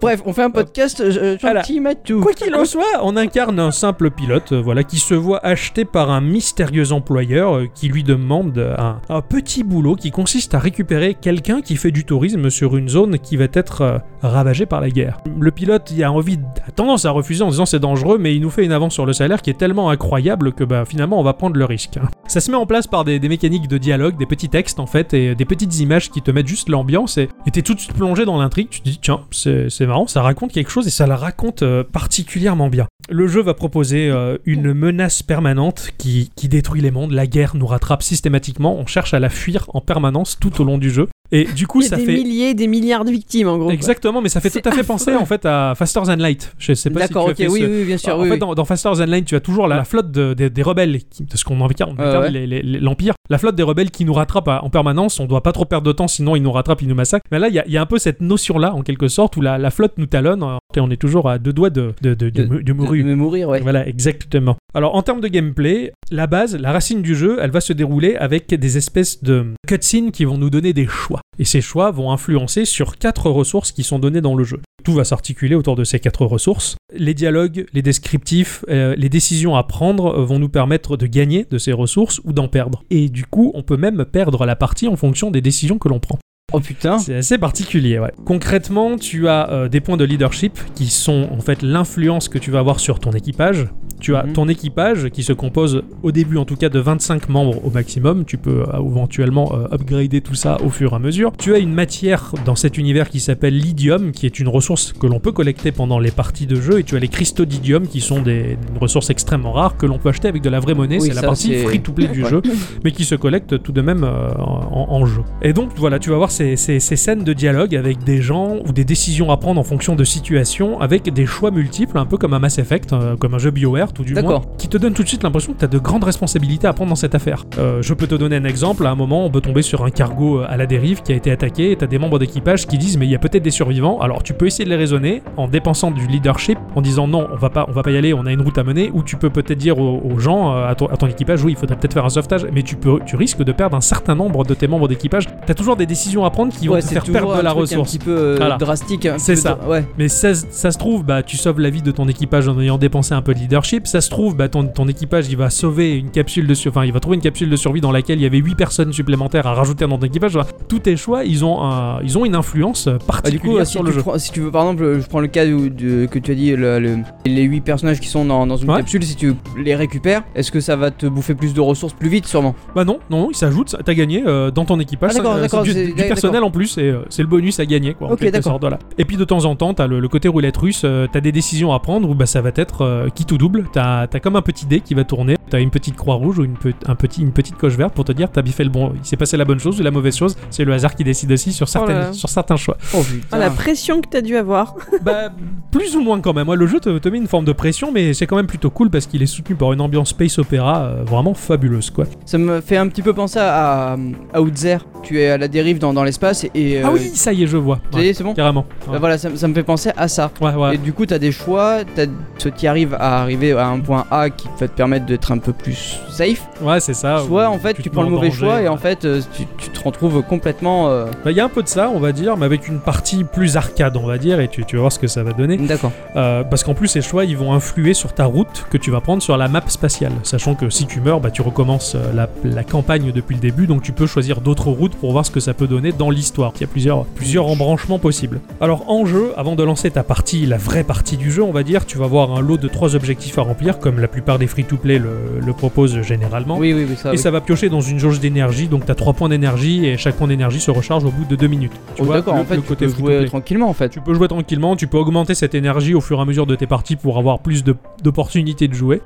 Speaker 3: Bref, on fait un podcast euh,
Speaker 2: Voilà.
Speaker 3: gentil, Matou.
Speaker 2: Quoi qu'il en soit, on incarne un simple pilote, euh, voilà, qui se voit acheté par un mystérieux employeur euh, qui lui demande un, un petit boulot qui consiste à récupérer quelqu'un qui fait du tourisme sur une zone qui va être euh, ravagée par la guerre. Le pilote il a envie, a tendance à refuser en disant c'est dangereux, mais il nous fait une avance sur le salaire qui est tellement incroyable que bah, finalement on va prendre le risque. hein. Ça se met en place par des, des mécaniques de dialogue, des petits textes en fait, et des petites images qui te mettent juste l'ambiance. Et et t'es tout de suite plongé dans l'intrigue, tu te dis tiens, c'est c'est marrant, ça raconte quelque chose et ça la raconte euh, particulièrement bien. Le jeu va proposer euh, une menace permanente qui, qui détruit les mondes, la guerre nous rattrape systématiquement, on cherche à la fuir en permanence tout au long du jeu. Et du coup,
Speaker 1: Il y a
Speaker 2: ça
Speaker 1: des
Speaker 2: fait...
Speaker 1: milliers, des milliards de victimes, en gros. quoi.
Speaker 2: Exactement, mais ça fait
Speaker 1: C'est
Speaker 2: tout à fait penser en fait à Faster Than Light. Je sais pas si tu as
Speaker 3: D'accord,
Speaker 2: fait
Speaker 3: ok, oui,
Speaker 2: ce-
Speaker 3: oui, bien sûr.
Speaker 2: Bah, en
Speaker 3: oui,
Speaker 2: fait,
Speaker 3: oui.
Speaker 2: dans, dans Faster Than Light, tu as toujours la, la flotte de- des- des rebelles, qui, de ce qu'on en on
Speaker 3: Ah
Speaker 2: terme
Speaker 3: ouais.
Speaker 2: les- les- les- l'Empire, la flotte des rebelles qui nous rattrape à- en permanence, on doit pas trop perdre de temps, sinon ils nous rattrapent, ils nous massacrent. Mais là, il y, a- il y a un peu cette notion-là, en quelque sorte, où la, la flotte nous talonne, et on est toujours à deux doigts de, de, de- de-
Speaker 3: De-
Speaker 2: de- de
Speaker 3: De- de
Speaker 2: mourir.
Speaker 3: me mourir, ouais.
Speaker 2: Voilà, exactement. Alors en termes de gameplay, la base, la racine du jeu, elle va se dérouler avec des espèces de cutscenes qui vont nous donner des choix. Et ces choix vont influencer sur quatre ressources qui sont données dans le jeu. Tout va s'articuler autour de ces quatre ressources. Les dialogues, les descriptifs, euh, les décisions à prendre euh, vont nous permettre de gagner de ces ressources ou d'en perdre. Et du coup, on peut même perdre la partie en fonction des décisions que l'on prend.
Speaker 3: Oh putain.
Speaker 2: C'est assez particulier, ouais. Concrètement, tu as euh, des points de leadership qui sont en fait l'influence que tu vas avoir sur ton équipage. Tu as
Speaker 3: Mhm.
Speaker 2: ton équipage qui se compose au début en tout cas de 25 membres au maximum. Tu peux euh, éventuellement euh, upgrader tout ça au fur et à mesure. Tu as une matière dans cet univers qui s'appelle l'idium, qui est une ressource que l'on peut collecter pendant les parties de jeu. Et tu as les cristaux d'idium qui sont des, une ressource extrêmement rare que l'on peut acheter avec de la vraie monnaie.
Speaker 3: Oui,
Speaker 2: c'est la
Speaker 3: ça,
Speaker 2: partie
Speaker 3: c'est-
Speaker 2: free-to-play du
Speaker 3: Ouais.
Speaker 2: jeu mais qui se collectent tout de même euh, en, en jeu. Et donc voilà, tu vas voir ces, ces- ces scènes de dialogue avec des gens ou des décisions à prendre en fonction de situations, avec des choix multiples, un peu comme un Mass Effect, euh, comme un jeu BioWare tout du moins,
Speaker 3: D'accord.
Speaker 2: qui te donne tout de suite l'impression que tu as de grandes responsabilités à prendre dans cette affaire. Euh, je peux te donner un exemple, à un moment on peut tomber sur un cargo euh, à la dérive qui a été attaqué et tu as des membres d'équipage qui disent mais il y a peut-être des survivants, alors tu peux essayer de les raisonner en dépensant du leadership, en disant non on va pas, on va pas y aller, on a une route à mener, ou tu peux peut-être dire aux, aux gens, euh, à ton, à ton équipage, oui il faudrait peut-être faire un sauvetage, mais tu, peux, tu risques de perdre un certain nombre de tes membres d'équipage. Tu as toujours des décisions à prendre qui vont
Speaker 3: Ouais,
Speaker 2: te
Speaker 3: c'est
Speaker 2: faire
Speaker 3: toujours
Speaker 2: perdre de
Speaker 3: un
Speaker 2: la
Speaker 3: truc
Speaker 2: ressource.
Speaker 3: Un petit peu euh,
Speaker 2: Voilà.
Speaker 3: drastique. un petit
Speaker 2: C'est
Speaker 3: peu
Speaker 2: ça.
Speaker 3: dra- Ouais.
Speaker 2: Mais ça, ça se trouve, bah, tu sauves la vie de ton équipage en ayant dépensé un peu de leadership. Ça se trouve, bah, ton, ton équipage, il va sauver une capsule de survie. Enfin, il va trouver une capsule de survie dans laquelle il y avait 8 personnes supplémentaires à rajouter dans ton équipage. Voilà. Tous tes choix, ils ont, un, ils ont une influence
Speaker 3: Ah, du
Speaker 2: particulière
Speaker 3: coup, euh, si,
Speaker 2: sur
Speaker 3: tu
Speaker 2: le jeu.
Speaker 3: prends- si tu veux, par exemple, je prends le cas où- de- que tu as dit, le- le- les 8 personnages qui sont dans, dans une
Speaker 2: Ouais.
Speaker 3: capsule, si tu les récupères, est-ce que ça va te bouffer plus de ressources plus vite, sûrement
Speaker 2: Bah non, non, il s'ajoute. ça- T'as gagné euh, dans ton équipage.
Speaker 3: Ah, d'accord,
Speaker 2: ça- euh,
Speaker 3: d'accord,
Speaker 2: c'est
Speaker 3: c'est-
Speaker 2: du, du
Speaker 3: d'accord.
Speaker 2: personnel en plus. et, euh, C'est le bonus à gagner. Quoi, en
Speaker 3: Ok,
Speaker 2: quelque
Speaker 3: d'accord.
Speaker 2: sorte, voilà. Et puis de temps en temps, t'as le, le côté roulette russe. euh, t'as des décisions à prendre où bah, ça va être euh, quitte ou double. T'as as comme un petit dé qui va tourner. T'as une petite croix rouge ou une, pe- un petit, une petite coche verte pour te dire t'as fait le bon. Il s'est passé la bonne chose ou la mauvaise chose. C'est le hasard qui décide aussi sur, certaines-
Speaker 1: là là.
Speaker 2: sur certains
Speaker 3: *laughs*
Speaker 2: choix.
Speaker 3: Oh putain.
Speaker 1: Ah, la pression que t'as dû avoir.
Speaker 2: bah, plus ou moins quand même. Ouais, le jeu te, te met une forme de pression, mais c'est quand même plutôt cool parce qu'il est soutenu par une ambiance space opéra euh, vraiment fabuleuse. quoi.
Speaker 3: Ça me fait un petit peu penser à, à, Outzer. Tu es à la dérive dans, dans l'espace et.
Speaker 2: Ah
Speaker 3: euh,
Speaker 2: oui, ça y est, je vois.
Speaker 3: ça y
Speaker 2: Ouais,
Speaker 3: est, c'est bon
Speaker 2: carrément.
Speaker 3: Bah
Speaker 2: Ouais,
Speaker 3: Voilà, ça, ça me fait penser à ça.
Speaker 2: ouais, ouais.
Speaker 3: Et du coup, t'as des choix, t'as ceux qui arrivent à arriver à un point A qui va te permettre d'être un peu plus safe.
Speaker 2: Ouais, c'est ça.
Speaker 3: soit
Speaker 2: Ah, ou
Speaker 3: en fait,
Speaker 2: tu
Speaker 3: tu,
Speaker 2: te
Speaker 3: prends
Speaker 2: mets
Speaker 3: le
Speaker 2: en
Speaker 3: mauvais
Speaker 2: danger,
Speaker 3: choix et en
Speaker 2: ouais.
Speaker 3: fait, euh, tu, tu te retrouves complètement. euh,
Speaker 2: Bah, Il y a un peu de ça, on va dire, mais avec une partie plus arcade, on va dire, et tu, tu vas voir ce que ça va donner.
Speaker 3: D'accord.
Speaker 2: Euh, parce qu'en plus, ces choix, ils vont influer sur ta route que tu vas prendre sur la map spatiale. Sachant que si tu meurs, bah, tu recommences euh, la, la campagne depuis le début, donc tu peux choisir d'autres routes pour voir ce que ça peut donner dans l'histoire. Il y a plusieurs, plusieurs embranchements possibles. Alors, en jeu, avant de lancer ta partie, la vraie partie du jeu, on va dire, tu vas avoir un lot de trois objectifs à remplir, comme la plupart des free-to-play le, le proposent généralement.
Speaker 3: Oui, oui, oui, ça.
Speaker 2: Et
Speaker 3: oui.
Speaker 2: ça va piocher dans une jauge d'énergie, donc t'as 3 points d'énergie et chaque point d'énergie se recharge au bout de 2 minutes. Tu
Speaker 3: Oh,
Speaker 2: vois,
Speaker 3: D'accord,
Speaker 2: le-
Speaker 3: en fait,
Speaker 2: le
Speaker 3: tu
Speaker 2: côté
Speaker 3: peux
Speaker 2: free-to-play.
Speaker 3: jouer tranquillement en fait.
Speaker 2: Tu peux jouer tranquillement, tu peux augmenter cette énergie au fur et à mesure de tes parties pour avoir plus de- d'opportunités de jouer.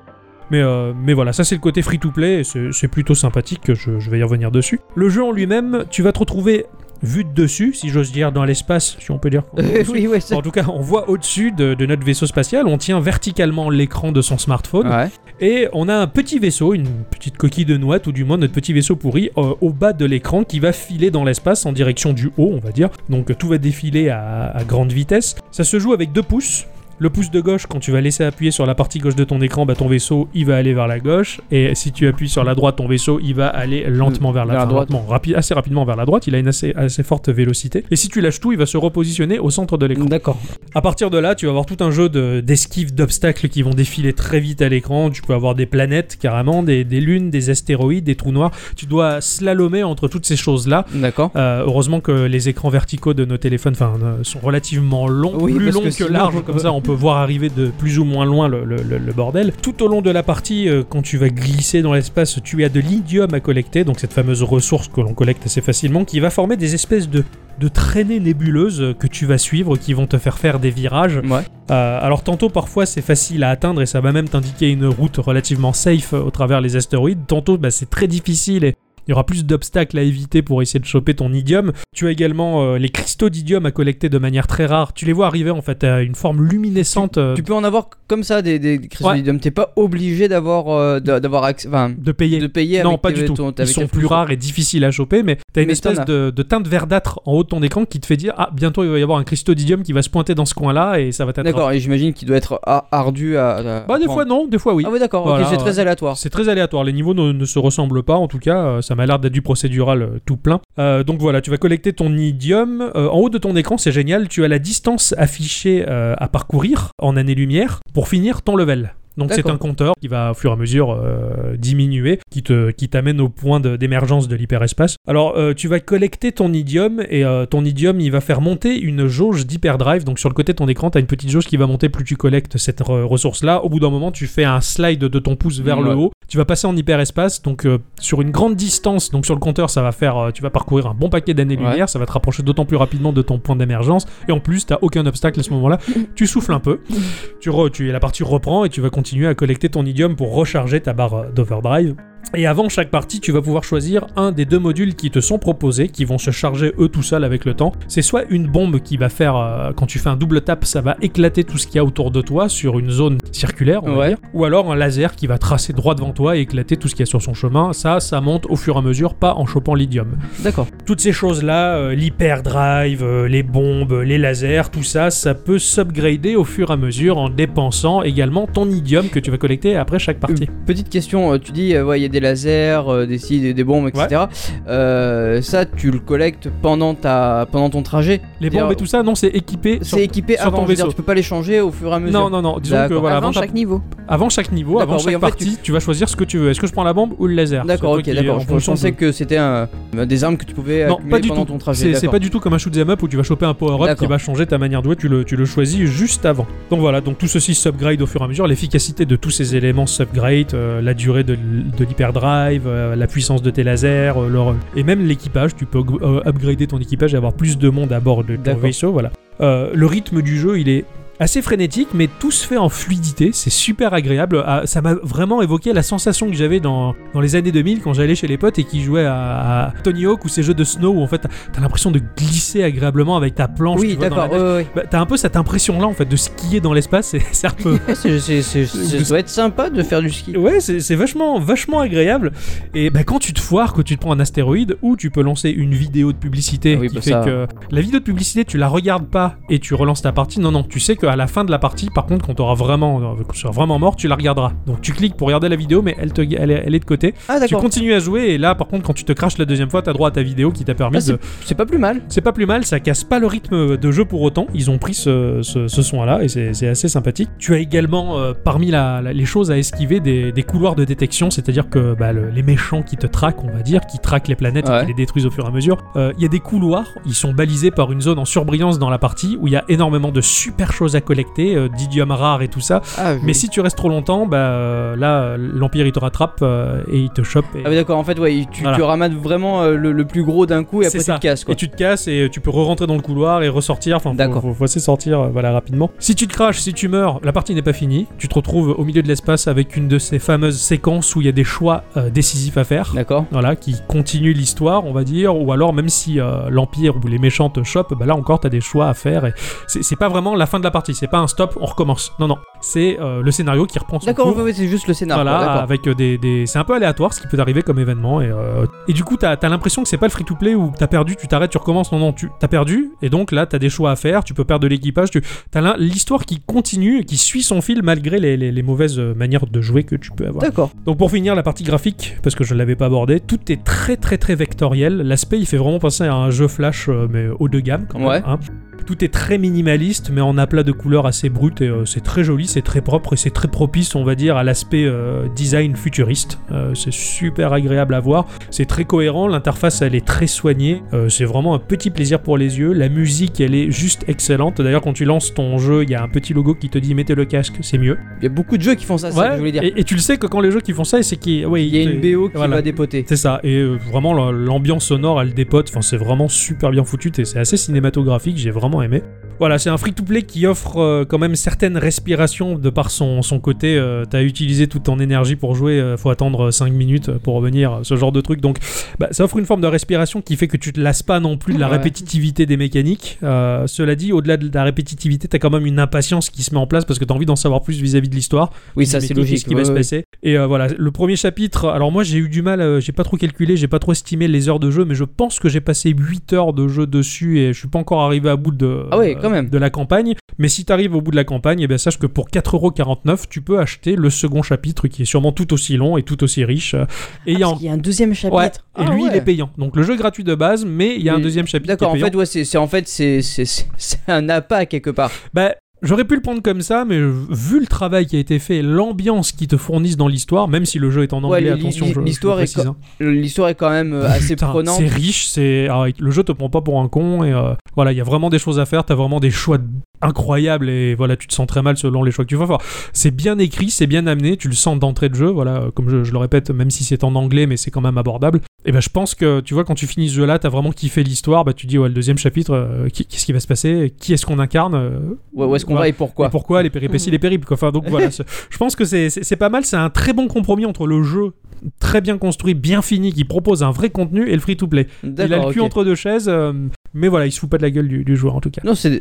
Speaker 2: Mais, euh, mais voilà, ça c'est le côté free-to-play, et c'est c'est plutôt sympathique, je, je vais y revenir dessus. Le jeu en lui-même, tu vas te retrouver vu de dessus, si j'ose dire, dans l'espace, si on peut dire.
Speaker 3: *laughs* oui, ouais, c'est-
Speaker 2: En tout cas, on voit au-dessus de, de notre vaisseau spatial, on tient verticalement l'écran de son smartphone,
Speaker 3: Ouais.
Speaker 2: et on a un petit vaisseau, une petite coquille de noix, tout du moins notre petit vaisseau pourri, euh, au bas de l'écran qui va filer dans l'espace en direction du haut, on va dire. Donc euh, tout va défiler à, à grande vitesse. Ça se joue avec deux pouces. Le pouce de gauche, quand tu vas laisser appuyer sur la partie gauche de ton écran, bah, ton vaisseau, il va aller vers la gauche. Et si tu appuies sur la droite, ton vaisseau, il va aller lentement vers la,
Speaker 3: Hmm, vers la
Speaker 2: enfin,
Speaker 3: droite.
Speaker 2: lentement, rapi- assez rapidement vers la droite. Il a une assez, assez forte vélocité. Et si tu lâches tout, il va se repositionner au centre de l'écran.
Speaker 3: D'accord.
Speaker 2: À partir de là, tu vas avoir tout un jeu de- d'esquives, d'obstacles qui vont défiler très vite à l'écran. Tu peux avoir des planètes carrément, des, des lunes, des astéroïdes, des trous noirs. Tu dois slalomer entre toutes ces choses-là.
Speaker 3: D'accord.
Speaker 2: Euh, heureusement que les écrans verticaux de nos téléphones enfin, euh, sont relativement longs,
Speaker 3: Oui,
Speaker 2: plus
Speaker 3: parce
Speaker 2: longs
Speaker 3: que
Speaker 2: que,
Speaker 3: sinon-
Speaker 2: larges, comme ça on peut voir arriver de plus ou moins loin le, le- le- le bordel. Tout au long de la partie, euh, quand tu vas glisser dans l'espace, tu as de l'idium à collecter, donc cette fameuse ressource que l'on collecte assez facilement, qui va former des espèces de de traînées nébuleuses que tu vas suivre, qui vont te faire faire des virages.
Speaker 3: Ouais.
Speaker 2: Euh, alors tantôt parfois c'est facile à atteindre et ça va même t'indiquer une route relativement safe euh, au travers les astéroïdes, tantôt bah, c'est très difficile et il y aura plus d'obstacles à éviter pour essayer de choper ton idiome. Tu as également euh, les cristaux d'idiome à collecter de manière très rare. Tu les vois arriver en fait à une forme luminescente euh,
Speaker 3: Tu peux en avoir comme ça des, des cristaux
Speaker 2: Ouais.
Speaker 3: d'idium. T'es pas obligé d'avoir euh, d'a- d'avoir accès, enfin,
Speaker 2: de payer.
Speaker 3: de payer.
Speaker 2: non,
Speaker 3: avec
Speaker 2: pas
Speaker 3: tes-
Speaker 2: du tout.
Speaker 3: ton-
Speaker 2: Ils
Speaker 3: avec
Speaker 2: sont
Speaker 3: tes
Speaker 2: plus
Speaker 3: flous.
Speaker 2: rares et difficiles à choper, mais t'as une
Speaker 3: Mais t'en
Speaker 2: espèce
Speaker 3: as.
Speaker 2: de, de teinte verdâtre en haut de ton écran qui te fait dire ah bientôt il va y avoir un cristaux d'idiome qui va se pointer dans ce coin-là et ça va t'attraper.
Speaker 3: D'accord. Et j'imagine qu'il doit être a- ardu à. à
Speaker 2: Bah des
Speaker 3: prendre.
Speaker 2: fois non, des fois oui.
Speaker 3: Ah oui, d'accord. ok,
Speaker 2: Voilà,
Speaker 3: c'est
Speaker 2: ouais.
Speaker 3: très aléatoire.
Speaker 2: C'est très aléatoire, les niveaux ne, ne se ressemblent pas, en tout cas, euh, ça m'a l'air d'être du procédural euh, tout plein. Euh, donc voilà, tu vas collecter ton idiome. Euh, en haut de ton écran, c'est génial, tu as la distance affichée euh, à parcourir en année-lumière pour finir ton level. Donc c'est
Speaker 3: D'accord.
Speaker 2: un compteur qui va au fur et à mesure euh, diminuer, qui te qui t'amène au point de- d'émergence de, l'hyperespace. Alors euh, tu vas collecter ton idiome et euh, ton idiome il va faire monter une jauge d'hyperdrive. Donc sur le côté de ton écran, tu as une petite jauge qui va monter plus tu collectes cette ressource là. Au bout d'un moment, tu fais un slide de ton pouce vers le
Speaker 3: Ouais.
Speaker 2: haut. Tu vas passer en hyperespace donc euh, sur une grande distance. Donc sur le compteur, ça va faire euh, tu vas parcourir un bon paquet d'années-lumière, ça va te rapprocher d'autant plus rapidement de ton point d'émergence et en plus, tu aucun obstacle à ce moment-là. tu souffles un peu tu, re, tu- la partie reprend et tu vas continuer à collecter ton idiome pour recharger ta barre euh, d'overdrive. Et avant chaque partie, tu vas pouvoir choisir un des deux modules qui te sont proposés, qui vont se charger eux tout seuls avec le temps. C'est soit une bombe qui va faire, euh, quand tu fais un double tap, ça va éclater tout ce qu'il y a autour de toi sur une zone circulaire, on va
Speaker 3: Ouais.
Speaker 2: dire. Ou alors un laser qui va tracer droit devant toi et éclater tout ce qu'il y a sur son chemin. Ça, ça monte au fur et à mesure, pas en chopant l'idiome
Speaker 3: D'accord.
Speaker 2: toutes ces choses-là, euh, l'hyperdrive, euh, les bombes, les lasers, tout ça, ça peut s'upgrader au fur et à mesure en dépensant également ton idiome que tu vas collecter après chaque partie.
Speaker 3: Une Petite question, euh, tu dis, euh, ouais, il y a des lasers, euh, des ci, des, des bombes, etc. Euh, ça, tu le collectes pendant, ta, pendant ton trajet.
Speaker 2: Les
Speaker 3: D'ailleurs,
Speaker 2: bombes et tout ça, non, c'est équipé. sur-
Speaker 3: C'est équipé
Speaker 2: sur
Speaker 3: avant,
Speaker 2: ton
Speaker 3: je veux dire,
Speaker 2: vaisseau.
Speaker 3: tu peux pas les changer au fur et à mesure.
Speaker 2: Non, non, non. Disons que
Speaker 3: D'accord.
Speaker 2: voilà,
Speaker 1: avant
Speaker 2: avant, ta-
Speaker 1: chaque niveau.
Speaker 2: avant chaque niveau, avant
Speaker 3: D'accord,
Speaker 2: chaque
Speaker 3: oui, en fait,
Speaker 2: partie, tu... vas choisir ce que tu veux. Est-ce que je prends la bombe ou le laser
Speaker 3: D'accord,
Speaker 2: C'est
Speaker 3: ok,
Speaker 2: toi qui- en
Speaker 3: d'accord. Je
Speaker 2: fonction
Speaker 3: pensais
Speaker 2: de-
Speaker 3: que c'était un- des armes que tu pouvais
Speaker 2: Non,
Speaker 3: accumuler
Speaker 2: pas du
Speaker 3: pendant
Speaker 2: tout. C'est-
Speaker 3: ton trajet.
Speaker 2: C'est
Speaker 3: d'accord.
Speaker 2: pas du tout comme un shoot'em up où tu vas choper un power-up qui
Speaker 3: D'accord.
Speaker 2: va changer ta manière de jouer, tu le, tu le choisis juste avant. Donc voilà, donc tout ceci s'upgrade au fur et à mesure, l'efficacité de tous ces éléments s'upgrade, euh, la durée de, l- de l'hyperdrive, euh, la puissance de tes lasers, euh, leur- et même l'équipage, tu peux upg- euh, upgrader ton équipage et avoir plus de monde à bord de ton
Speaker 3: D'accord.
Speaker 2: vaisseau, voilà. Euh, le rythme du jeu, il est assez frénétique, mais tout se fait en fluidité, c'est super agréable. Ah, ça m'a vraiment évoqué la sensation que j'avais dans, dans les années 2000 quand j'allais chez les potes et qui jouaient à, à Tony Hawk ou ces jeux de snow où en fait t'as- t'as l'impression de glisser agréablement avec ta planche. tu
Speaker 3: Oui,
Speaker 2: vois, dans la
Speaker 3: d'accord. oh.
Speaker 2: neige.
Speaker 3: ouais, ouais.
Speaker 2: Bah, t'as un peu cette impression là en fait de skier dans l'espace, c'est- *laughs* c'est un peu
Speaker 3: Ouais, c'est- c'est- c'est- Ça doit être sympa de faire du ski.
Speaker 2: Ouais, c'est c'est vachement, vachement agréable. Et bah, quand tu te foires, que tu te prends un astéroïde, ou tu peux lancer une vidéo de publicité
Speaker 3: Ah oui,
Speaker 2: qui
Speaker 3: bah
Speaker 2: fait
Speaker 3: ça.
Speaker 2: que la vidéo de publicité, tu la regardes pas et tu relances ta partie. Non, non, tu sais qu'à la fin de la partie, par contre, quand t'auras vraiment, euh, qu'on sera vraiment mort, tu la regarderas. Donc tu cliques pour regarder la vidéo, mais elle, te, elle, est- elle est de côté.
Speaker 3: Ah,
Speaker 2: Tu
Speaker 3: d'accord.
Speaker 2: continues à jouer, et là, par contre, quand tu te craches la deuxième fois, t'as droit à ta vidéo qui t'a permis
Speaker 3: Ah,
Speaker 2: de.
Speaker 3: C'est pas plus mal.
Speaker 2: C'est pas plus mal, ça casse pas le rythme de jeu pour autant. Ils ont pris ce, ce, ce soin-là et c'est c'est assez sympathique. Tu as également euh, parmi la- la- les choses à esquiver des, des couloirs de détection, c'est-à-dire que bah, le- les méchants qui te traquent, on va dire, qui traquent les planètes et
Speaker 3: Ouais.
Speaker 2: qui les détruisent au fur et à mesure. Euh, Il y a des couloirs, ils sont balisés par une zone en surbrillance dans la partie où il y a énormément de super choses à collecter, euh, d'idiomes rares et tout ça.
Speaker 3: Ah, joli.
Speaker 2: Mais si tu restes trop longtemps, bah euh, là, euh, l'Empire il te rattrape euh, et il te chope. et-
Speaker 3: Ah, oui, d'accord. En fait, ouais, tu,
Speaker 2: Voilà.
Speaker 3: tu ramasses vraiment euh, le, le plus gros d'un coup et
Speaker 2: C'est
Speaker 3: après tu
Speaker 2: ça.
Speaker 3: te casses. Quoi.
Speaker 2: Et tu te casses et euh, tu peux re-rentrer dans le couloir et ressortir. Enfin, faut,
Speaker 3: D'accord.
Speaker 2: faut, faut essayer de sortir euh, voilà, rapidement. Si tu te craches, si tu meurs, la partie n'est pas finie. Tu te retrouves au milieu de l'espace avec une de ces fameuses séquences où il y a des choix euh, décisifs à faire.
Speaker 3: D'accord.
Speaker 2: Voilà, qui continue l'histoire, on va dire, ou alors même si euh, l'Empire ou les méchants te chopent, bah là encore t'as des choix à faire. Et c'est c'est pas vraiment la fin de la partie, c'est pas un stop, on recommence. Non, non, c'est euh, le scénario qui reprend son
Speaker 3: D'accord,
Speaker 2: cours.
Speaker 3: ouais, ouais, c'est juste le scénario.
Speaker 2: Voilà,
Speaker 3: d'accord.
Speaker 2: avec euh, des, des- c'est un peu aléatoire ce qui peut t'arriver comme événement et, euh, et du coup t'as as, l'impression que c'est pas le free to play où t'as perdu, tu t'arrêtes, tu recommences, non non tu t'as perdu et donc là t'as des choix à faire, tu peux perdre de l'équipage, tu t'as l'in- l'histoire qui continue, et qui suit son fil malgré les, les- les mauvaises euh, manières de jouer que tu peux avoir.
Speaker 3: D'accord.
Speaker 2: Donc pour finir la partie graphique, parce que je ne l'avais pas abordé, tout est très très très vectoriel. L'aspect il fait vraiment penser à un jeu flash euh, mais haut de gamme quand même.
Speaker 3: Ouais.
Speaker 2: hein. Tout est très minimaliste mais en aplat de couleurs assez brut et euh, c'est très joli, c'est très propre et c'est très propice on va dire à l'aspect euh, design futuriste. Euh, c'est super agréable à voir, c'est très cohérent, l'interface elle est très soignée, Euh, c'est vraiment un petit plaisir pour les yeux, la musique elle est juste excellente. D'ailleurs quand tu lances ton jeu il y a un petit logo qui te dit mettez le casque, c'est mieux.
Speaker 3: Il y a beaucoup de jeux qui font ça, c'est ce
Speaker 2: Ouais,
Speaker 3: que je voulais dire.
Speaker 2: Et, et tu le sais que quand les jeux qui font ça, c'est qu'ils. Oui,
Speaker 3: Il y a une
Speaker 2: c'est-
Speaker 3: BO qui
Speaker 2: voilà.
Speaker 3: va dépoter.
Speaker 2: C'est ça, et euh, vraiment la- l'ambiance sonore elle dépote, enfin c'est vraiment super bien foutu, et c'est assez cinématographique, j'ai vraiment aimé. Voilà, c'est un free-to-play qui offre euh, quand même certaines respirations de par son, son côté, euh, t'as utilisé toute ton énergie pour jouer, euh, faut attendre 5 minutes euh, pour revenir, ce genre de truc, donc bah, ça offre une forme de respiration qui fait que tu te lasses pas non plus de la
Speaker 3: Ouais.
Speaker 2: répétitivité des mécaniques. Euh, cela dit, au-delà de la répétitivité, t'as quand même une impatience qui se met en place parce que t'as envie d'en savoir plus vis-à-vis de l'histoire.
Speaker 3: Oui,
Speaker 2: Tu
Speaker 3: ça
Speaker 2: dis,
Speaker 3: c'est
Speaker 2: mais
Speaker 3: logique.
Speaker 2: Qu'est-ce qui va
Speaker 3: ouais, Ah,
Speaker 2: se
Speaker 3: ouais.
Speaker 2: passer Et euh, voilà, le premier chapitre, alors moi j'ai eu du mal, euh, j'ai pas trop calculé, j'ai pas trop estimé les heures de jeu, mais je pense que j'ai passé 8 heures de jeu dessus et je suis pas encore arrivé à bout de, euh,
Speaker 3: Ah ouais, quand même.
Speaker 2: de la campagne. Mais si t'arrives au bout de la campagne, eh bien, sache que pour 4,49€, tu peux acheter le second chapitre qui est sûrement tout aussi long et tout aussi riche. Et il y a
Speaker 3: Ah, Parce
Speaker 2: en-
Speaker 3: qu'il y a un deuxième chapitre.
Speaker 2: Ouais.
Speaker 3: Ah
Speaker 2: et lui, il
Speaker 3: ouais.
Speaker 2: est payant. Donc le jeu est gratuit de base, mais il y a un
Speaker 3: Mais-
Speaker 2: deuxième chapitre qui est
Speaker 3: D'accord, en
Speaker 2: payant.
Speaker 3: *laughs* fait, ouais, c'est c'est- en fait, c'est- c'est- c'est c'est un appât quelque part.
Speaker 2: Bah, J'aurais pu le prendre comme ça, mais vu le travail qui a été fait, l'ambiance qu'ils te fournissent dans l'histoire, même si le jeu est en
Speaker 3: Ouais,
Speaker 2: anglais,
Speaker 3: li-
Speaker 2: attention,
Speaker 3: li-
Speaker 2: je- je, le
Speaker 3: l'histoire est
Speaker 2: précise, hein.
Speaker 3: L'histoire est quand même euh,
Speaker 2: *laughs*
Speaker 3: assez
Speaker 2: Putain,
Speaker 3: prenante.
Speaker 2: C'est riche, c'est ah, le jeu te prend pas pour un con et euh, voilà, il y a vraiment des choses à faire, t'as vraiment des choix incroyables et voilà, tu te sens très mal selon les choix que tu vas faire. C'est bien écrit, c'est bien amené, tu le sens d'entrée de jeu, voilà, euh, comme je, je le répète, même si c'est en anglais, mais c'est quand même abordable. Et ben je pense que tu vois quand tu finis ce jeu là, t'as vraiment kiffé l'histoire, bah tu dis ouais le deuxième chapitre, euh, qui- qu'est-ce qui va se passer, qui est-ce qu'on incarne, euh,
Speaker 3: Ouais, où est-ce qu'on
Speaker 2: Ouais.
Speaker 3: va et pourquoi
Speaker 2: et pourquoi les péripéties, les périples. Quoi. Enfin, donc voilà, c'est- je pense que c'est- c'est c'est pas mal. C'est un très bon compromis entre le jeu très bien construit, bien fini, qui propose un vrai contenu et le free-to-play. Il a le
Speaker 3: D'accord,
Speaker 2: cul
Speaker 3: ok.
Speaker 2: entre deux chaises, euh, mais voilà, il se fout pas de la gueule du, du joueur en tout cas.
Speaker 3: Non, c'est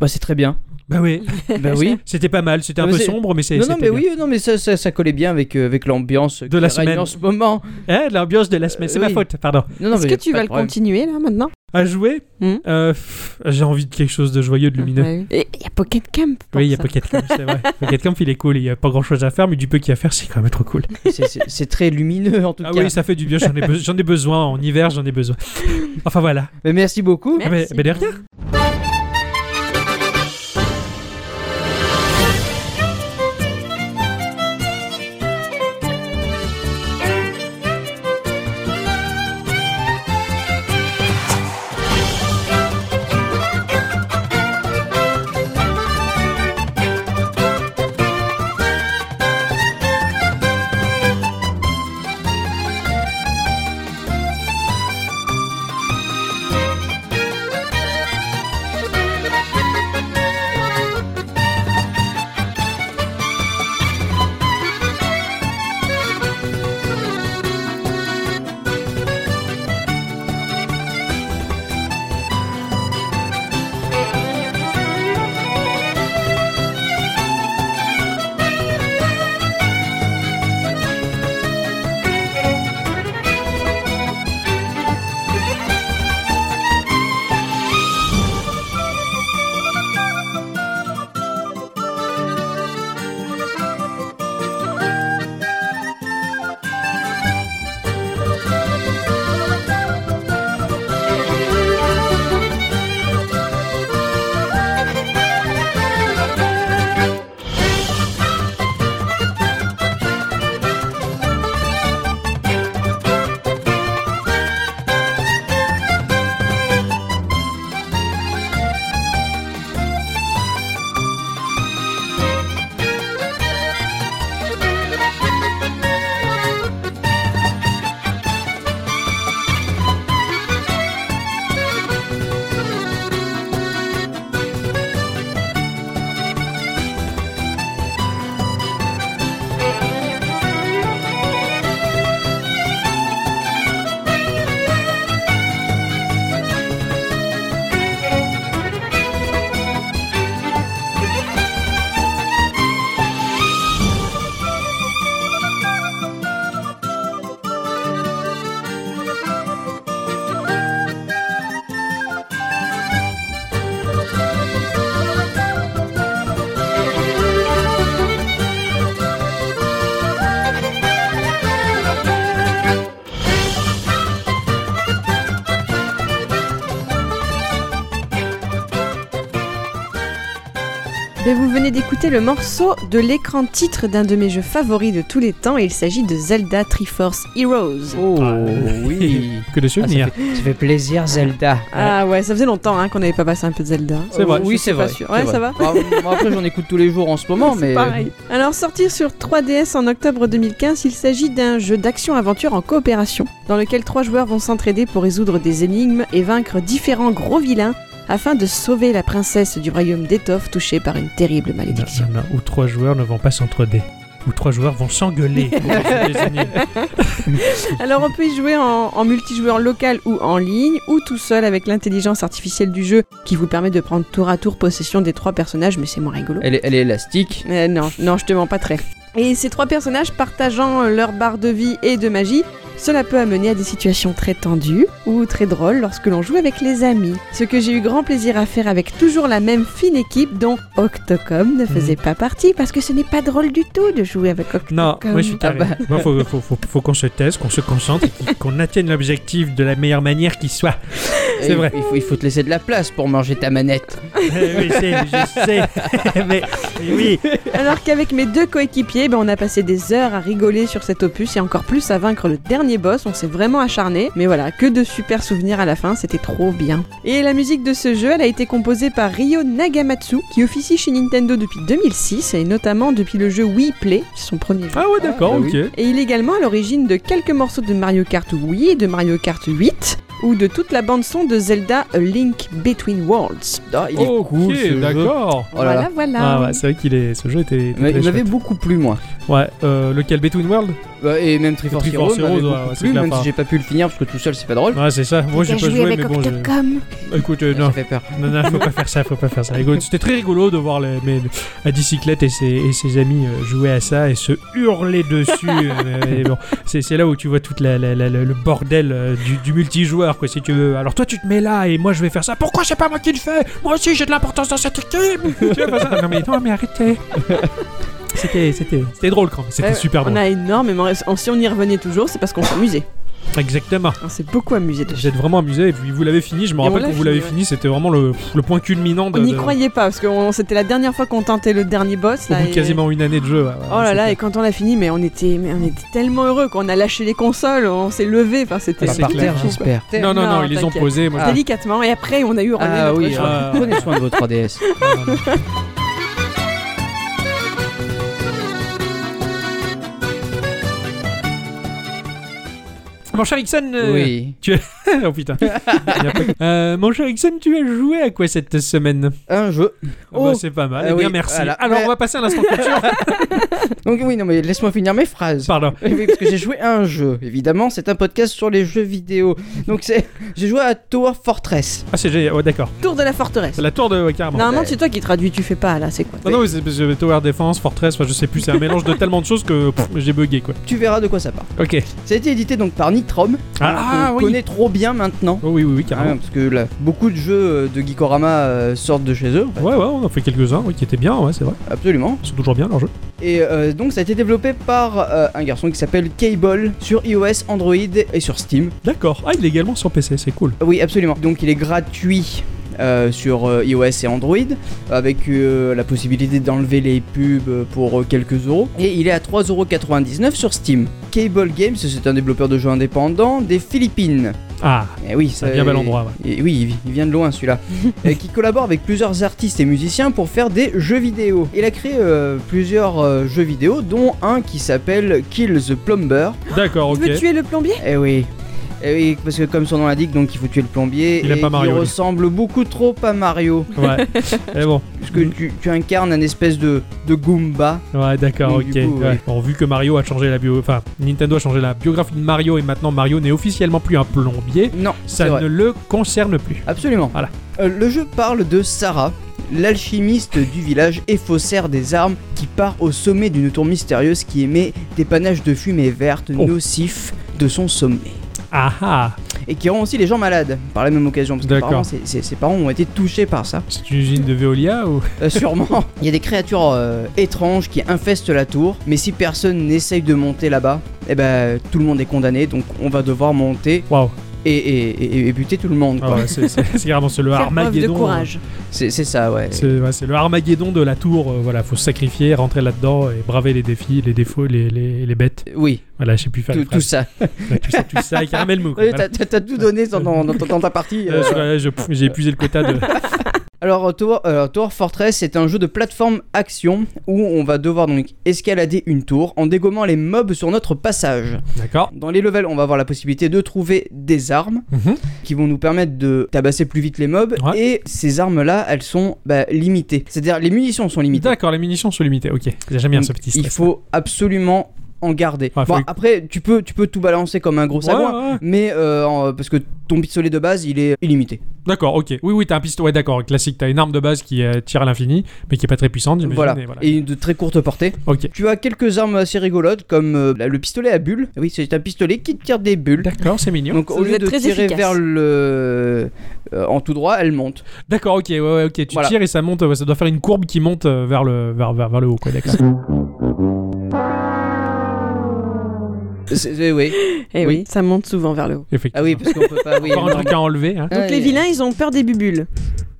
Speaker 3: bah, c'est
Speaker 2: *laughs*
Speaker 3: très bien.
Speaker 2: Bah oui,
Speaker 3: bah oui.
Speaker 2: c'était pas mal, c'était un
Speaker 3: Non, mais
Speaker 2: peu
Speaker 3: c'est-
Speaker 2: sombre, mais c'est
Speaker 3: Non, non,
Speaker 2: c'était
Speaker 3: mais
Speaker 2: bien.
Speaker 3: oui, non, mais ça, ça, ça collait bien avec, euh, avec l'ambiance
Speaker 2: De la
Speaker 3: qui règne
Speaker 2: semaine.
Speaker 3: en ce moment.
Speaker 2: Hein, l'ambiance de la semaine, c'est
Speaker 3: Euh,
Speaker 2: ma
Speaker 3: oui.
Speaker 2: faute, pardon.
Speaker 3: Non, non,
Speaker 1: Est-ce
Speaker 3: mais
Speaker 1: que
Speaker 3: y a
Speaker 1: tu
Speaker 3: pas
Speaker 1: vas
Speaker 3: de
Speaker 1: le
Speaker 3: problème.
Speaker 1: continuer là maintenant
Speaker 2: À jouer,
Speaker 3: Hmm.
Speaker 1: Mhm.
Speaker 2: euh, pff, j'ai envie de quelque chose de joyeux, de
Speaker 3: Ah,
Speaker 2: lumineux.
Speaker 1: Ouais, oui. Et il y a Pocket Camp. pour
Speaker 2: Oui, il y a
Speaker 1: ça.
Speaker 2: Pocket Camp, c'est vrai. Pocket Camp, il est cool, il y a pas grand chose à faire, mais du peu qu'il y a à faire, c'est quand même trop cool.
Speaker 3: C'est- c'est- C'est très lumineux en tout
Speaker 2: Ah
Speaker 3: cas.
Speaker 2: oui, ça fait du bien, j'en ai, be- j'en ai besoin, en hiver, j'en ai besoin. Enfin voilà.
Speaker 3: Mais merci beaucoup.
Speaker 2: Ah, mais-
Speaker 1: Merci.
Speaker 2: mais de rien.
Speaker 1: Ben, vous venez d'écouter le morceau de l'écran titre d'un de mes jeux favoris de tous les temps. Il s'agit de Zelda Triforce Heroes.
Speaker 3: Oh
Speaker 2: Ah, *laughs*
Speaker 3: oui.
Speaker 2: Que de
Speaker 3: Ah, ça,
Speaker 2: souvenirs.
Speaker 3: fait, ça fait plaisir Zelda.
Speaker 1: Ah ouais, ça faisait longtemps hein, qu'on n'avait pas passé un peu de Zelda.
Speaker 2: C'est vrai.
Speaker 1: Je
Speaker 3: Oui,
Speaker 1: suis
Speaker 3: c'est
Speaker 1: pas
Speaker 3: vrai.
Speaker 1: sûre.
Speaker 3: c'est
Speaker 1: Ouais,
Speaker 3: vrai.
Speaker 1: ça va
Speaker 3: Ah, moi, après, j'en écoute tous les jours en ce
Speaker 1: *laughs*
Speaker 3: moment,
Speaker 1: C'est
Speaker 3: mais
Speaker 1: pareil. Alors sorti sur 3DS en octobre 2015, il s'agit d'un jeu d'action-aventure en coopération, dans lequel trois joueurs vont s'entraider pour résoudre des énigmes et vaincre différents gros vilains afin de sauver la princesse du royaume d'Étoffe touchée par une terrible malédiction.
Speaker 2: Non, non, non, Où trois joueurs ne vont pas s'entraider. Où trois joueurs vont
Speaker 3: *laughs*
Speaker 2: s'engueuler. pour se désigner.
Speaker 1: Alors on peut y jouer en, en multijoueur local ou en ligne, ou tout seul avec l'intelligence artificielle du jeu qui vous permet de prendre tour à tour possession des trois personnages, mais c'est moins rigolo.
Speaker 3: elle est, elle est élastique.
Speaker 1: Euh, euh, non, non, je te mens pas très. Et ces trois personnages partageant leur barre de vie et de magie Cela peut amener à des situations très tendues ou très drôles lorsque l'on joue avec les amis. Ce que j'ai eu grand plaisir à faire avec toujours la même fine équipe dont Octocom ne faisait pas partie parce que ce n'est pas drôle du tout de jouer avec Octocom.
Speaker 2: Non, moi je suis carré.
Speaker 3: Ah
Speaker 2: Moi, faut, faut- faut- faut qu'on se taise, qu'on se concentre, et qu'il- qu'on atteigne l'objectif de la meilleure manière qui
Speaker 3: *laughs*
Speaker 2: soit. C'est
Speaker 3: Et
Speaker 2: vrai.
Speaker 3: Il faut, il faut te laisser de la place pour manger ta manette.
Speaker 2: Eh oui, c'est- je
Speaker 3: *laughs*
Speaker 2: sais, mais eh oui.
Speaker 1: Alors qu'avec mes deux coéquipiers, ben, on a passé des heures à rigoler sur cet opus et encore plus à vaincre le dernier boss, on s'est vraiment acharné, mais voilà, que de super souvenirs à la fin, c'était trop bien. Et la musique de ce jeu, elle a été composée par Ryo Nagamatsu, qui officie chez Nintendo depuis 2006 et notamment depuis le jeu Wii Play, son premier jeu.
Speaker 2: Ah ouais, d'accord,
Speaker 3: Ah, bah
Speaker 2: ok.
Speaker 3: oui.
Speaker 1: Et il est également à l'origine de quelques morceaux de Mario Kart Wii et de Mario Kart 8 ou de toute la bande son de Zelda A Link Between Worlds.
Speaker 3: Ah, il est
Speaker 2: Ok,
Speaker 3: cool ce jeu.
Speaker 2: d'accord.
Speaker 3: Oh là là.
Speaker 1: voilà.
Speaker 2: Ah ouais, c'est vrai qu'il est. Ce jeu était. était
Speaker 3: Mais
Speaker 2: très
Speaker 3: il m'avait
Speaker 2: chouette.
Speaker 3: beaucoup plu moi.
Speaker 2: Ouais, euh, lequel Between World
Speaker 3: Bah, et même Triforce
Speaker 2: Triforce
Speaker 3: Heroes m'avait
Speaker 2: Heroes,
Speaker 3: beaucoup
Speaker 2: ouais, ouais, c'est
Speaker 3: plu,
Speaker 2: clair,
Speaker 3: même
Speaker 2: pas.
Speaker 3: si j'ai pas pu le finir parce que tout seul c'est pas drôle.
Speaker 2: Ouais, c'est ça. Moi, j'ai
Speaker 5: T'as
Speaker 2: pas
Speaker 5: joué
Speaker 2: joué,
Speaker 5: avec
Speaker 2: mais bon. je-
Speaker 5: Octocom.
Speaker 2: Écoute, euh,
Speaker 3: Ça
Speaker 2: non.
Speaker 3: fait peur.
Speaker 2: non, non, faut pas faire ça, faut pas faire ça. Écoute, C'était très rigolo de voir les, mes, à bicyclette et ses, et ses amis euh, jouer à ça et se hurler
Speaker 1: *laughs*
Speaker 2: dessus. euh, et bon, c'est c'est là où tu vois tout le bordel euh, du, du multijoueur, quoi, si tu veux. Alors toi, tu te mets là et moi, je vais faire ça. Pourquoi c'est pas moi qui le fais Moi aussi, j'ai de l'importance dans cette équipe. Tu vois, pas ça. non, mais, non, mais arrêtez. C'était c'était- c'était drôle quand même. C'était
Speaker 1: Ouais,
Speaker 2: super
Speaker 1: On
Speaker 2: drôle.
Speaker 1: a énormément. Si on y revenait toujours, c'est parce qu'on s'amusait.
Speaker 2: Exactement.
Speaker 1: On s'est beaucoup amusé
Speaker 2: Vous
Speaker 1: dessus.
Speaker 2: êtes vraiment amusé et puis vous l'avez fini. Je me
Speaker 1: Et on
Speaker 2: rappelle
Speaker 1: l'a
Speaker 2: quand vous l'avez
Speaker 1: fini, ouais.
Speaker 2: fini, c'était vraiment le, le point culminant de.
Speaker 1: On n'y
Speaker 2: de-
Speaker 1: croyait pas parce que on- c'était la dernière fois qu'on tentait le dernier boss.
Speaker 2: bah, Au
Speaker 1: là,
Speaker 2: bout de
Speaker 1: et-
Speaker 2: quasiment une année de jeu. ouais, ouais,
Speaker 1: Oh là
Speaker 2: c'était-
Speaker 1: là, et quand on l'a fini, mais on était, mais on était tellement heureux qu'on a lâché les consoles, on s'est levé. Enfin, c'était
Speaker 3: Pas
Speaker 2: c'est
Speaker 3: par
Speaker 2: clair,
Speaker 3: terre
Speaker 2: hein.
Speaker 3: j'espère.
Speaker 2: Non, non, non,
Speaker 1: Non,
Speaker 2: ils les ont
Speaker 1: t'inquiète.
Speaker 2: posés. Moi, je-
Speaker 1: délicatement. Et après, on a eu ramené
Speaker 3: Ah
Speaker 1: notre
Speaker 3: oui,
Speaker 1: jeu.
Speaker 2: choix.
Speaker 3: euh, prenez soin de vos 3DS.
Speaker 2: Non, non, non. Mon cher Ixon, euh,
Speaker 3: Oui.
Speaker 2: *laughs* oh putain. Il y a pas- Euh, mon cher Ixon, tu as joué à quoi cette semaine
Speaker 3: Un jeu.
Speaker 2: Ah bah,
Speaker 3: Oh.
Speaker 2: C'est pas mal.
Speaker 3: Ah
Speaker 2: eh bien,
Speaker 3: oui,
Speaker 2: merci.
Speaker 3: voilà.
Speaker 2: Alors,
Speaker 3: Mais-
Speaker 2: on va passer à l'instant
Speaker 3: *laughs*
Speaker 2: culture.
Speaker 3: Donc oui, non mais laisse-moi finir mes phrases.
Speaker 2: Pardon.
Speaker 3: Oui, oui, parce que j'ai joué à un jeu. Évidemment, c'est un podcast sur les jeux vidéo. Donc c'est, j'ai joué à Tower Fortress.
Speaker 2: Ah, c'est génial. Ouais, d'accord.
Speaker 1: Tour de la forteresse.
Speaker 2: La tour de. ouais, carrément.
Speaker 1: Normalement, c'est toi qui traduis, tu fais pas là, c'est quoi
Speaker 2: Non, non, mais c'est parce que Tower Defense, Fortress, enfin, je sais plus, c'est un mélange de tellement de choses que pff, j'ai bugué quoi.
Speaker 3: Tu verras de quoi ça parle.
Speaker 2: Ok.
Speaker 3: Ça a été édité donc par Nitrom.
Speaker 2: Ah,
Speaker 3: qu'on
Speaker 2: oui.
Speaker 3: connaît trop bien maintenant.
Speaker 2: Oh, oui, oui, oui,
Speaker 3: Hein,
Speaker 2: carrément.
Speaker 3: parce que là, beaucoup de jeux euh, de Geekorama euh, sortent de chez eux, en fait.
Speaker 2: Ouais, ouais, on en fait quelques-uns ouais, qui étaient bien, ouais, c'est vrai.
Speaker 3: absolument.
Speaker 2: Ils sont toujours bien leurs jeux.
Speaker 3: Et euh, donc ça a été développé par euh, un garçon qui s'appelle Cable sur iOS, Android et sur Steam.
Speaker 2: D'accord. Ah, il est également sur PC, c'est cool.
Speaker 3: Oui, absolument. Donc il est gratuit. euh, sur euh, iOS et Android, avec euh, la possibilité d'enlever les pubs euh, pour euh, quelques euros. Et il est à 3,99€ sur Steam. Cable Games, c'est un développeur de jeux indépendant des Philippines.
Speaker 2: Ah,
Speaker 3: Eh oui,
Speaker 2: c'est un bien bel endroit, ouais.
Speaker 3: Et oui, il vient de
Speaker 2: *laughs*
Speaker 3: loin celui-là. Euh, qui collabore avec plusieurs artistes et musiciens pour faire des jeux vidéo. Il a créé euh, plusieurs euh, jeux vidéo, dont un qui s'appelle Kill the Plumber.
Speaker 2: D'accord,
Speaker 1: Tu
Speaker 2: ok.
Speaker 1: veux tuer le plombier
Speaker 3: Eh oui. Eh oui, parce que comme son nom l'indique, donc il faut tuer le plombier.
Speaker 2: Il
Speaker 3: et
Speaker 2: aime pas Mario,
Speaker 3: Il
Speaker 2: lui.
Speaker 3: ressemble beaucoup trop à Mario.
Speaker 1: *laughs*
Speaker 2: Ouais. Et bon,
Speaker 3: Parce que tu, tu incarnes un espèce de, de Goomba.
Speaker 2: ouais, d'accord,
Speaker 3: Donc,
Speaker 2: ok.
Speaker 3: du coup,
Speaker 2: ouais.
Speaker 3: oui.
Speaker 2: Bon, vu que Mario a changé la bio, enfin, Nintendo a changé la biographie de Mario et maintenant Mario n'est officiellement plus un plombier,
Speaker 3: Non,
Speaker 2: ça
Speaker 3: c'est vrai.
Speaker 2: ne le concerne plus.
Speaker 3: Absolument.
Speaker 2: Voilà.
Speaker 3: Euh, le jeu parle de Sarah, l'alchimiste du village et faussaire des armes qui part au sommet d'une tour mystérieuse qui émet des panaches de fumée verte
Speaker 2: Oh.
Speaker 3: nocifs de son sommet.
Speaker 2: Ah ah,
Speaker 3: Et qui rend aussi les gens malades par la même occasion. Parce que
Speaker 2: D'accord.
Speaker 3: apparemment, ses, ses- ses parents ont été touchés par ça.
Speaker 2: c'est une usine de Veolia ou
Speaker 3: Euh, sûrement. *laughs* Il y a des créatures euh, étranges qui infestent la tour, mais si personne n'essaye de monter là-bas, eh ben tout le monde est condamné, donc on va devoir monter
Speaker 2: Waouh,
Speaker 3: et, et- et- et buter tout le monde.
Speaker 2: Ah
Speaker 3: quoi.
Speaker 2: ouais, c'est c'est- c'est carrément c'est le
Speaker 1: Faire preuve de
Speaker 2: Bah, Armageddon. euh,
Speaker 1: courage.
Speaker 3: C'est c'est ça, ouais.
Speaker 2: C'est ouais, c'est le Armageddon de la tour. euh, voilà, faut se sacrifier, rentrer là-dedans et braver les défis, les défauts, les, les, les bêtes.
Speaker 3: Oui,
Speaker 2: Voilà, je sais plus faire
Speaker 3: tout,
Speaker 2: les
Speaker 3: tout
Speaker 2: phrases.
Speaker 3: ça.
Speaker 2: Ouais, tout ça, tout ça, et caramel
Speaker 1: *laughs*
Speaker 2: mou. quoi,
Speaker 3: Ouais,
Speaker 2: voilà.
Speaker 3: t'as- T'as t'as tout donné dans, dans- dans- dans ta partie.
Speaker 2: Euh,
Speaker 3: euh.
Speaker 2: je- ouais, je- pff, J'ai épuisé le quota
Speaker 3: *laughs*
Speaker 2: de.
Speaker 3: Alors, Tower, euh, Tower Fortress, c'est un jeu de plateforme action où on va devoir donc escalader une tour en dégommant les mobs sur notre passage.
Speaker 2: D'accord.
Speaker 3: Dans les levels, on va avoir la possibilité de trouver des armes
Speaker 2: Mhm.
Speaker 3: qui vont nous permettre de tabasser plus vite les mobs.
Speaker 2: Ouais.
Speaker 3: Et ces armes-là, elles sont bah, limitées. C'est-à-dire, les munitions sont limitées.
Speaker 2: D'accord, les munitions sont limitées. Ok, j'aime bien ce petit
Speaker 3: Il
Speaker 2: stress.
Speaker 3: faut absolument en garder.
Speaker 2: Ouais, faut
Speaker 3: Bon,
Speaker 2: y-
Speaker 3: après, tu peux, tu peux tout balancer comme un gros sagouin,
Speaker 2: Ouais, ouais, ouais.
Speaker 3: mais euh, en- parce que ton pistolet de base, il est illimité.
Speaker 2: D'accord, ok. Oui, oui, t'as un pistolet, ouais, d'accord, classique. T'as une arme de base qui euh, tire à l'infini, mais qui est pas très puissante, j'imagine,
Speaker 3: Voilà.
Speaker 2: et voilà.
Speaker 3: et de très courte portée.
Speaker 2: Ok.
Speaker 3: Tu as quelques armes assez rigolotes, comme euh, le pistolet à bulles. Oui, c'est un pistolet qui tire des bulles.
Speaker 2: D'accord, c'est mignon.
Speaker 3: Donc
Speaker 1: Ça
Speaker 3: au
Speaker 1: doit
Speaker 3: lieu
Speaker 1: être
Speaker 3: de
Speaker 1: très
Speaker 3: tirer
Speaker 1: efficace.
Speaker 3: vers le euh, en tout droit, elle monte.
Speaker 2: D'accord, ok, ouais, ouais, ok. Tu
Speaker 3: Voilà.
Speaker 2: tires et ça monte, ouais, ça doit faire une courbe qui monte euh, vers le, vers, vers, vers le haut, quoi, d'accord.
Speaker 3: Ah C'est- c'est- oui.
Speaker 1: Eh
Speaker 3: Oui.
Speaker 1: oui. ça monte souvent vers le haut.
Speaker 2: Effectivement.
Speaker 3: Ah oui, parce qu'on peut pas. oui,
Speaker 2: Encore un
Speaker 3: non.
Speaker 2: truc à enlever. hein.
Speaker 1: Donc
Speaker 3: Ouais,
Speaker 1: les
Speaker 3: et-
Speaker 1: vilains, ils ont peur des bubules.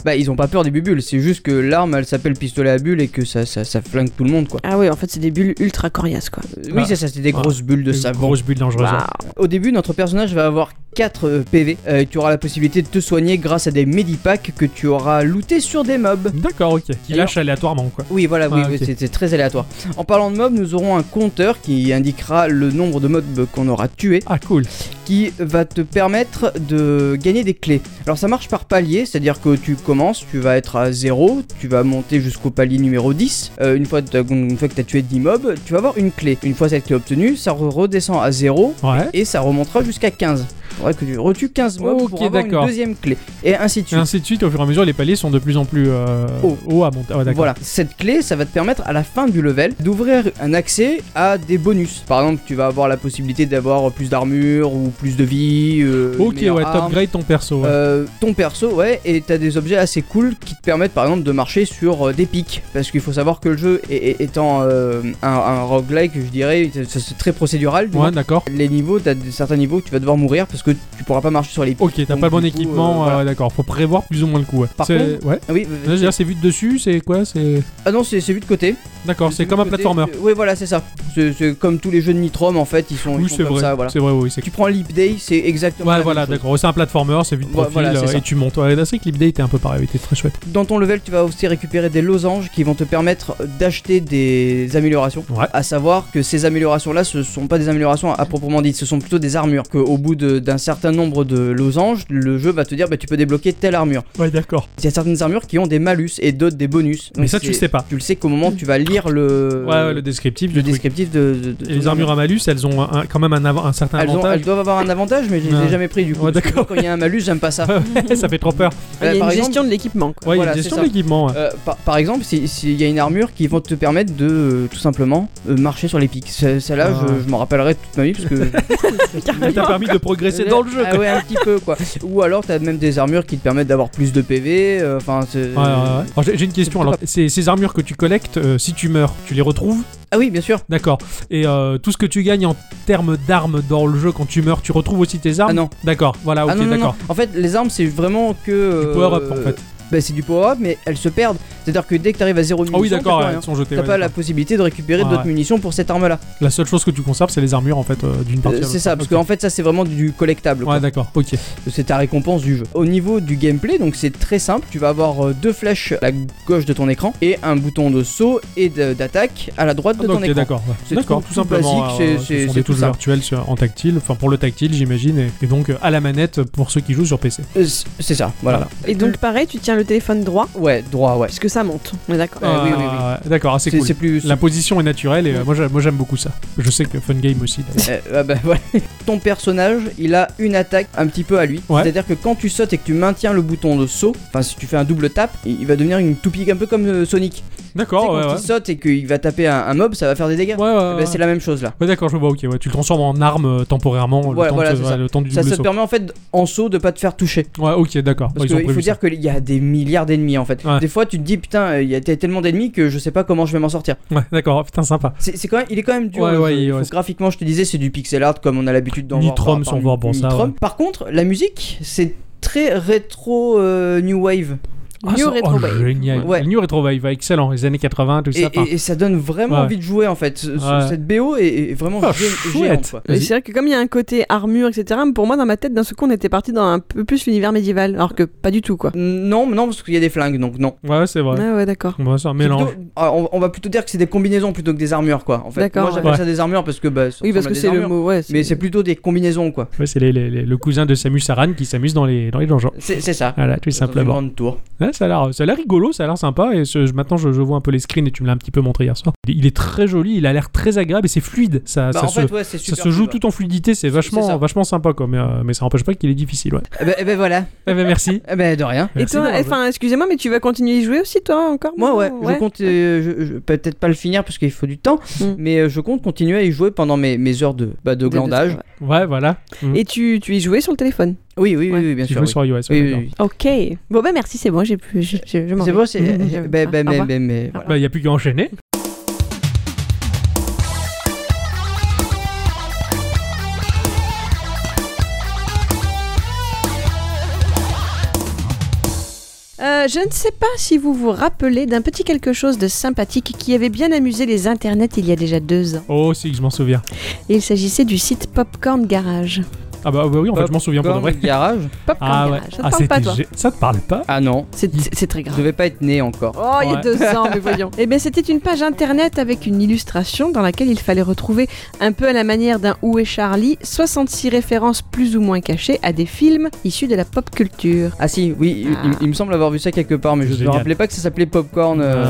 Speaker 3: Bah ils ont pas peur des bulles, c'est juste que l'arme elle s'appelle pistolet à bulles et que ça, ça, ça flingue tout le monde quoi.
Speaker 1: Ah oui, en fait, c'est des bulles ultra coriaces, quoi.
Speaker 3: Euh,
Speaker 2: Ah.
Speaker 3: Oui, ça, ça c'est des
Speaker 2: Ah.
Speaker 3: grosses bulles de
Speaker 2: Une
Speaker 3: savon. Bah.
Speaker 2: Grosse bulle dangereuse.
Speaker 1: Waouh.
Speaker 3: Au début, notre personnage va avoir 4 PV euh, et tu auras la possibilité de te soigner grâce à des medipacks que tu auras lootés sur des mobs.
Speaker 2: D'accord, ok. Qui
Speaker 3: D'ailleurs-
Speaker 2: lâche aléatoirement, quoi.
Speaker 3: Oui, voilà, oui,
Speaker 2: Ah,
Speaker 3: oui,
Speaker 2: ok.
Speaker 3: c'est- c'est très aléatoire. En parlant de mobs, nous aurons un compteur qui indiquera le nombre de mobs qu'on aura tués,
Speaker 2: Ah, cool.
Speaker 3: qui va te permettre de gagner des clés. Alors ça marche par palier, c'est-à-dire que tu commences, tu vas être à 0, tu vas monter jusqu'au palier numéro 10. Euh, une, fois que t'as- une fois que tu as tué 10 mobs, tu vas avoir une clé. Une fois cette clé obtenue, ça re- redescend à 0
Speaker 2: Ouais.
Speaker 3: et ça remontera jusqu'à 15. Il faudra que tu retues 15 mobs
Speaker 2: Ok,
Speaker 3: pour avoir une
Speaker 2: d'accord.
Speaker 3: deuxième clé. Et ainsi de
Speaker 2: Et
Speaker 3: suite.
Speaker 2: ainsi de suite, au fur et à mesure, les paliers sont de plus en plus euh,
Speaker 3: Haut.
Speaker 2: hauts à monter. Ah, d'accord.
Speaker 3: Voilà, cette clé, ça va te permettre à la fin du level d'ouvrir un accès à des bonus. Par exemple, tu vas avoir la possibilité d'avoir plus d'armure ou plus de vie. euh,
Speaker 2: Ok, ouais,
Speaker 3: meilleure arme.
Speaker 2: top grade ton perso. ouais.
Speaker 3: Euh, ton perso, ouais, et t'as des objets assez cool qui te permettent par exemple de marcher sur euh, des pics. Parce qu'il faut savoir que le jeu est- est- étant euh, un, un roguelike, je dirais, c'est- c'est très procédural. du
Speaker 2: Ouais,
Speaker 3: coup,
Speaker 2: d'accord.
Speaker 3: Les niveaux, t'as des- certains niveaux que tu vas devoir mourir parce que tu pourras pas marcher sur les pics.
Speaker 2: Ok, t'as
Speaker 3: Donc,
Speaker 2: pas le bon
Speaker 3: du coup,
Speaker 2: équipement,
Speaker 3: euh, voilà.
Speaker 2: euh, d'accord. Faut prévoir plus ou moins le coup. Ouais.
Speaker 3: Par
Speaker 2: C'est- ouais.
Speaker 3: Ah oui,
Speaker 2: Là, je veux dire, c'est vu de dessus, c'est quoi C'est.
Speaker 3: ah non, c'est c'est vu de côté.
Speaker 2: D'accord, c'est comme un platformer.
Speaker 3: Oui, voilà, c'est ça. C'est c'est comme tous les jeux de Nitrom en fait, ils sont, ils
Speaker 2: Oui,
Speaker 3: sont
Speaker 2: c'est
Speaker 3: euh, comme
Speaker 2: vrai.
Speaker 3: ça. Voilà.
Speaker 2: C'est vrai, oui. c'est-
Speaker 3: Tu prends Leap Day, c'est exactement. la
Speaker 2: Ouais,
Speaker 3: même
Speaker 2: voilà,
Speaker 3: chose.
Speaker 2: d'accord. C'est un platformer, c'est vu de
Speaker 3: Voilà,
Speaker 2: profil
Speaker 3: voilà, c'est
Speaker 2: euh,
Speaker 3: ça.
Speaker 2: et tu montes. Ouais, c'est que Clip Day était un peu pareil, il était très chouette.
Speaker 3: Dans ton level, tu vas aussi récupérer des losanges qui vont te permettre d'acheter des améliorations.
Speaker 2: Ouais.
Speaker 3: À savoir que ces améliorations-là, ce sont pas des améliorations à proprement dites, ce sont plutôt des armures. Que au bout de- d'un certain nombre de losanges, le jeu va te dire, bah, tu peux débloquer telle armure.
Speaker 2: Ouais, d'accord.
Speaker 3: Il y a certaines armures qui ont des malus et d'autres des bonus.
Speaker 2: Mais
Speaker 3: Donc
Speaker 2: ça, tu le
Speaker 3: c'est-
Speaker 2: sais pas.
Speaker 3: Tu le sais qu'au moment où tu vas lire le,
Speaker 2: Ouais, ouais, le descriptif
Speaker 3: le
Speaker 2: du truc.
Speaker 3: descriptif de. de- de
Speaker 2: Et les
Speaker 3: ton
Speaker 2: armures à malus, elles ont un- quand même un, av- un certain
Speaker 3: Elles, ont-
Speaker 2: avantage.
Speaker 3: elles doivent avoir un avantage, mais je les
Speaker 2: Ouais.
Speaker 3: ai jamais pris du coup.
Speaker 2: Ouais,
Speaker 3: parce que
Speaker 2: d'accord.
Speaker 3: Quand il y a un malus, j'aime
Speaker 2: *laughs*
Speaker 3: pas ça.
Speaker 2: Ouais, ça fait trop peur.
Speaker 1: Il y a
Speaker 3: Euh,
Speaker 1: une
Speaker 3: par exemple-
Speaker 1: gestion de l'équipement, quoi.
Speaker 2: Ouais,
Speaker 3: Voilà,
Speaker 2: il y a une
Speaker 3: c'est
Speaker 2: gestion
Speaker 3: ça.
Speaker 2: de l'équipement.
Speaker 3: *laughs*
Speaker 2: ouais.
Speaker 3: Euh, par, par exemple, s'il si y a une armure qui va te permettre de euh, tout simplement euh, marcher sur les pics. Ce- Celle-là,
Speaker 2: Ah.
Speaker 3: je, je m'en rappellerai toute ma
Speaker 2: *laughs*
Speaker 3: vie parce que.
Speaker 2: Ça t'a permis de progresser dans le jeu.
Speaker 3: Ah
Speaker 2: quoi.
Speaker 3: ouais, un petit peu quoi. Ou alors, t'as même des armures qui te permettent d'avoir plus de PV. euh, Enfin, c'est-
Speaker 2: Ouais, ouais, ouais. Alors, j'ai j'ai une question.
Speaker 3: plutôt
Speaker 2: Alors, ces, ces armures que tu collectes, euh, si tu meurs, tu les retrouves,
Speaker 3: Ah oui, bien sûr.
Speaker 2: d'accord. Et euh, tout ce que tu gagnes en termes d'armes dans le jeu quand tu meurs, tu retrouves aussi tes armes.
Speaker 3: Ah non.
Speaker 2: D'accord. Voilà.
Speaker 3: ah non,
Speaker 2: Ok.
Speaker 3: non, non.
Speaker 2: D'accord.
Speaker 3: En fait, les armes, c'est vraiment que.
Speaker 2: Du
Speaker 3: euh,
Speaker 2: power up en fait.
Speaker 3: Bah, c'est du power up, mais elles se perdent. C'est-à-dire que dès que t'arrives à 0
Speaker 2: Ah oui, d'accord. ouais,
Speaker 3: t'as, pas, rien.
Speaker 2: Elles sont jetées.
Speaker 3: T'as
Speaker 2: ouais,
Speaker 3: pas la
Speaker 2: d'accord.
Speaker 3: possibilité de récupérer
Speaker 2: Ouais,
Speaker 3: d'autres
Speaker 2: ouais.
Speaker 3: munitions pour cette arme-là.
Speaker 2: La seule chose que tu conserves, c'est les armures en fait euh, d'une partie.
Speaker 3: Euh,
Speaker 2: à
Speaker 3: c'est
Speaker 2: l'autre.
Speaker 3: ça, parce
Speaker 2: Ok.
Speaker 3: qu'en fait, ça c'est vraiment du collectable. quoi.
Speaker 2: Ouais, d'accord. Ok.
Speaker 3: c'est ta récompense du jeu. Au niveau du gameplay, donc c'est très simple, tu vas avoir euh, deux flèches à la gauche de ton écran et un bouton de saut et de- d'attaque à la droite de ton
Speaker 2: Ah, Ok,
Speaker 3: écran.
Speaker 2: d'accord. ouais.
Speaker 3: C'est
Speaker 2: D'accord,
Speaker 3: tout-
Speaker 2: tout,
Speaker 3: tout
Speaker 2: simplement.
Speaker 3: basique, c'est-
Speaker 2: euh,
Speaker 3: c'est-
Speaker 2: ce sont
Speaker 3: c'est
Speaker 2: des
Speaker 3: tout
Speaker 2: touches
Speaker 3: ça.
Speaker 2: virtuelles sur- en tactile, enfin pour le tactile, j'imagine, et, et donc euh, à la manette pour ceux qui jouent sur PC.
Speaker 3: Euh, c- C'est ça, voilà.
Speaker 1: Et donc, pareil, tu tiens le téléphone droit,
Speaker 3: Ouais, droit, ouais.
Speaker 1: puisque ça monte. On est d'accord.
Speaker 3: Ouais. Bah oui, oui, oui.
Speaker 2: oui. D'accord, ah, c'est
Speaker 3: C'est
Speaker 2: cool.
Speaker 3: c'est plus.
Speaker 2: La position est naturelle et euh, moi, j'a- moi j'aime beaucoup ça. Je sais que Fun Game aussi. d'ailleurs.
Speaker 3: Euh, ah bah, *laughs* voilà. Ton personnage, il a une attaque un petit peu à lui.
Speaker 2: Ouais.
Speaker 3: C'est-à-dire que quand tu sautes et que tu maintiens le bouton de saut, enfin si tu fais un double tap, il il va devenir une toupie un peu comme euh, Sonic. Tu sais,
Speaker 2: D'accord, Oh, ouais,
Speaker 3: quand
Speaker 2: ouais.
Speaker 3: il saute et qu'il va taper un, un mob, ça va faire des dégâts.
Speaker 2: Ouais, ouais,
Speaker 3: Eh
Speaker 2: ouais.
Speaker 3: ben, c'est la même chose là.
Speaker 2: Ouais, d'accord, je vois, ok, ouais, tu le transformes en arme euh, temporairement le,
Speaker 3: Ouais,
Speaker 2: temps
Speaker 3: voilà,
Speaker 2: de-
Speaker 3: c'est
Speaker 2: ouais,
Speaker 3: ça.
Speaker 2: le temps du
Speaker 3: Ça,
Speaker 2: double
Speaker 3: ça te
Speaker 2: saut.
Speaker 3: permet en fait en saut de pas te faire toucher.
Speaker 2: Ouais, ok, d'accord.
Speaker 3: Parce
Speaker 2: Ouais, ils ont
Speaker 3: qu'il faut
Speaker 2: prévu ça.
Speaker 3: dire qu'il y a des milliards d'ennemis en fait.
Speaker 2: Ouais.
Speaker 3: Des fois, tu te dis putain, il y a t- tellement d'ennemis que je sais pas comment je vais m'en sortir.
Speaker 2: Ouais, d'accord, oh, putain, sympa.
Speaker 3: C'est c'est quand même, il est quand même dur.
Speaker 2: Ouais,
Speaker 3: le
Speaker 2: ouais,
Speaker 3: jeu.
Speaker 2: il-
Speaker 3: Il faut-
Speaker 2: ouais, c'est-
Speaker 3: graphiquement, je te disais, c'est du pixel art comme on a l'habitude d'en voir.
Speaker 2: Nitrom,
Speaker 3: par- par-
Speaker 2: sans voir pour ça,
Speaker 3: Nitrom.
Speaker 2: ouais.
Speaker 3: Par contre, la musique, c'est très rétro euh, new wave
Speaker 2: Ah,
Speaker 1: New
Speaker 2: ça-
Speaker 1: Retro
Speaker 2: oh,
Speaker 1: Wave.
Speaker 2: génial.
Speaker 3: Ouais.
Speaker 2: New Retro Wave, ouais, excellent, les années 80, tout
Speaker 3: et,
Speaker 2: ça. enfin,
Speaker 3: et- et ça donne vraiment
Speaker 2: Ouais.
Speaker 3: envie de jouer en fait. Ce- ce-
Speaker 2: Ouais.
Speaker 3: Cette BO est, est vraiment
Speaker 2: Ah,
Speaker 3: gé-
Speaker 2: chouette.
Speaker 3: géante. quoi.
Speaker 1: Et
Speaker 2: Vas-y.
Speaker 1: Euh, c'est vrai que comme il y a un côté armure, etc., pour moi, dans ma tête, d'un seul coup, on était parti dans un peu plus l'univers médiéval, alors que pas du tout, quoi.
Speaker 3: Non, mais non, parce qu'il y a des flingues, donc non.
Speaker 2: Ouais, c'est vrai.
Speaker 1: Ah ouais, d'accord.
Speaker 2: Bon, c'est un
Speaker 3: C'est
Speaker 2: mélange.
Speaker 3: plutôt- ah, on, on va plutôt dire que c'est des combinaisons plutôt que des armures quoi. En fait,
Speaker 1: D'accord,
Speaker 3: moi j'appelle
Speaker 2: ouais.
Speaker 3: ça des armures parce que bah, ça
Speaker 1: Oui, parce
Speaker 3: ressemble à
Speaker 1: que
Speaker 3: des
Speaker 1: c'est le
Speaker 3: armures.
Speaker 1: mot, ouais.
Speaker 3: Mais c'est plutôt des combinaisons quoi.
Speaker 2: Ouais, c'est les- les- les- le cousin de Samus Aran qui s'amuse dans les, dans les donjons.
Speaker 3: C'est c'est ça.
Speaker 2: Voilà, tout
Speaker 3: Dans une
Speaker 2: simplement.
Speaker 3: grande tour.
Speaker 2: Ouais, ouais, ça a l'air, ça a l'air rigolo, ça a l'air sympa. Et ce- je- maintenant, je, je vois un peu les screens et tu me l'as un petit peu montré hier soir. Il, est- il est très joli, il a l'air très agréable et c'est fluide. Ça,
Speaker 3: Bah,
Speaker 2: Ah, ça
Speaker 3: en
Speaker 2: se,
Speaker 3: fait, ouais, c'est
Speaker 2: ça
Speaker 3: super.
Speaker 2: se joue
Speaker 3: cool.
Speaker 2: tout en fluidité, c'est
Speaker 3: C'est-
Speaker 2: vachement,
Speaker 3: c'est ça.
Speaker 2: vachement sympa, quoi. Mais, euh, mais ça n'empêche pas qu'il est difficile, ouais.
Speaker 3: Eh ben, *laughs* eh ben voilà.
Speaker 2: Eh ben, merci.
Speaker 3: Eh ben de rien.
Speaker 1: Et
Speaker 2: Merci
Speaker 1: toi,
Speaker 2: d'avoir joué.
Speaker 1: enfin, excusez-moi, mais tu vas continuer à y jouer aussi, toi, encore
Speaker 3: Moi, ouais,
Speaker 1: Bruno
Speaker 3: je compte euh, je- je- peut-être pas le finir parce qu'il faut du temps,
Speaker 1: Mm.
Speaker 3: mais euh, je compte continuer à y jouer pendant mes, mes heures de, bah, de
Speaker 1: Des- des-
Speaker 3: glandage.
Speaker 2: Ouais, voilà. Mm.
Speaker 1: Et tu, tu y jouais sur le téléphone
Speaker 3: Oui, oui, oui,
Speaker 1: Ouais.
Speaker 3: oui, bien
Speaker 2: Tu
Speaker 3: sûr.
Speaker 2: joues
Speaker 3: oui.
Speaker 2: sur iOS, ouais,
Speaker 3: Oui, oui,
Speaker 2: d'accord.
Speaker 3: oui.
Speaker 1: Ok. Bon, bah merci, c'est bon, j'ai pu. Je, je, je m'en
Speaker 3: C'est
Speaker 1: vais.
Speaker 3: bon, c'est.
Speaker 1: Mmh,
Speaker 3: eh,
Speaker 1: je-
Speaker 3: *laughs* ben,
Speaker 1: ah,
Speaker 3: ben,
Speaker 1: au
Speaker 3: ben,
Speaker 1: revoir.
Speaker 3: ben, ben, voilà.
Speaker 2: Bah, il n'y a plus qu'à enchaîner.
Speaker 1: Euh, je ne sais pas si vous vous rappelez d'un petit quelque chose de sympathique qui avait bien amusé les internets il y a déjà deux ans.
Speaker 2: Oh, si, je m'en souviens.
Speaker 1: Il s'agissait du site Popcorn Garage.
Speaker 2: Ah, bah bah oui, en fait,
Speaker 3: Pop-
Speaker 2: je m'en souviens pour de
Speaker 3: Corps
Speaker 2: vrai.
Speaker 3: de garage
Speaker 1: Popcorn
Speaker 2: Ah, ouais.
Speaker 1: Garage, ça te
Speaker 2: Ah,
Speaker 1: parle pas,
Speaker 2: c'était
Speaker 1: toi
Speaker 2: gé- Ça te parle pas
Speaker 3: Ah non,
Speaker 1: C'est c'est très grave.
Speaker 3: je devais pas être né encore.
Speaker 1: Oh, il y a
Speaker 2: Ouais.
Speaker 1: deux ans,
Speaker 2: *laughs*
Speaker 1: mais voyons. Eh bien, c'était une page internet avec une illustration dans laquelle il fallait retrouver, un peu à la manière d'un Où est Charlie, 66 références plus ou moins cachées à des films issus de la pop culture.
Speaker 3: Ah si, oui, il- il, il me semble avoir vu ça quelque part, mais je ne me
Speaker 2: Génial.
Speaker 3: rappelais pas que ça s'appelait Popcorn. euh,
Speaker 2: Euh,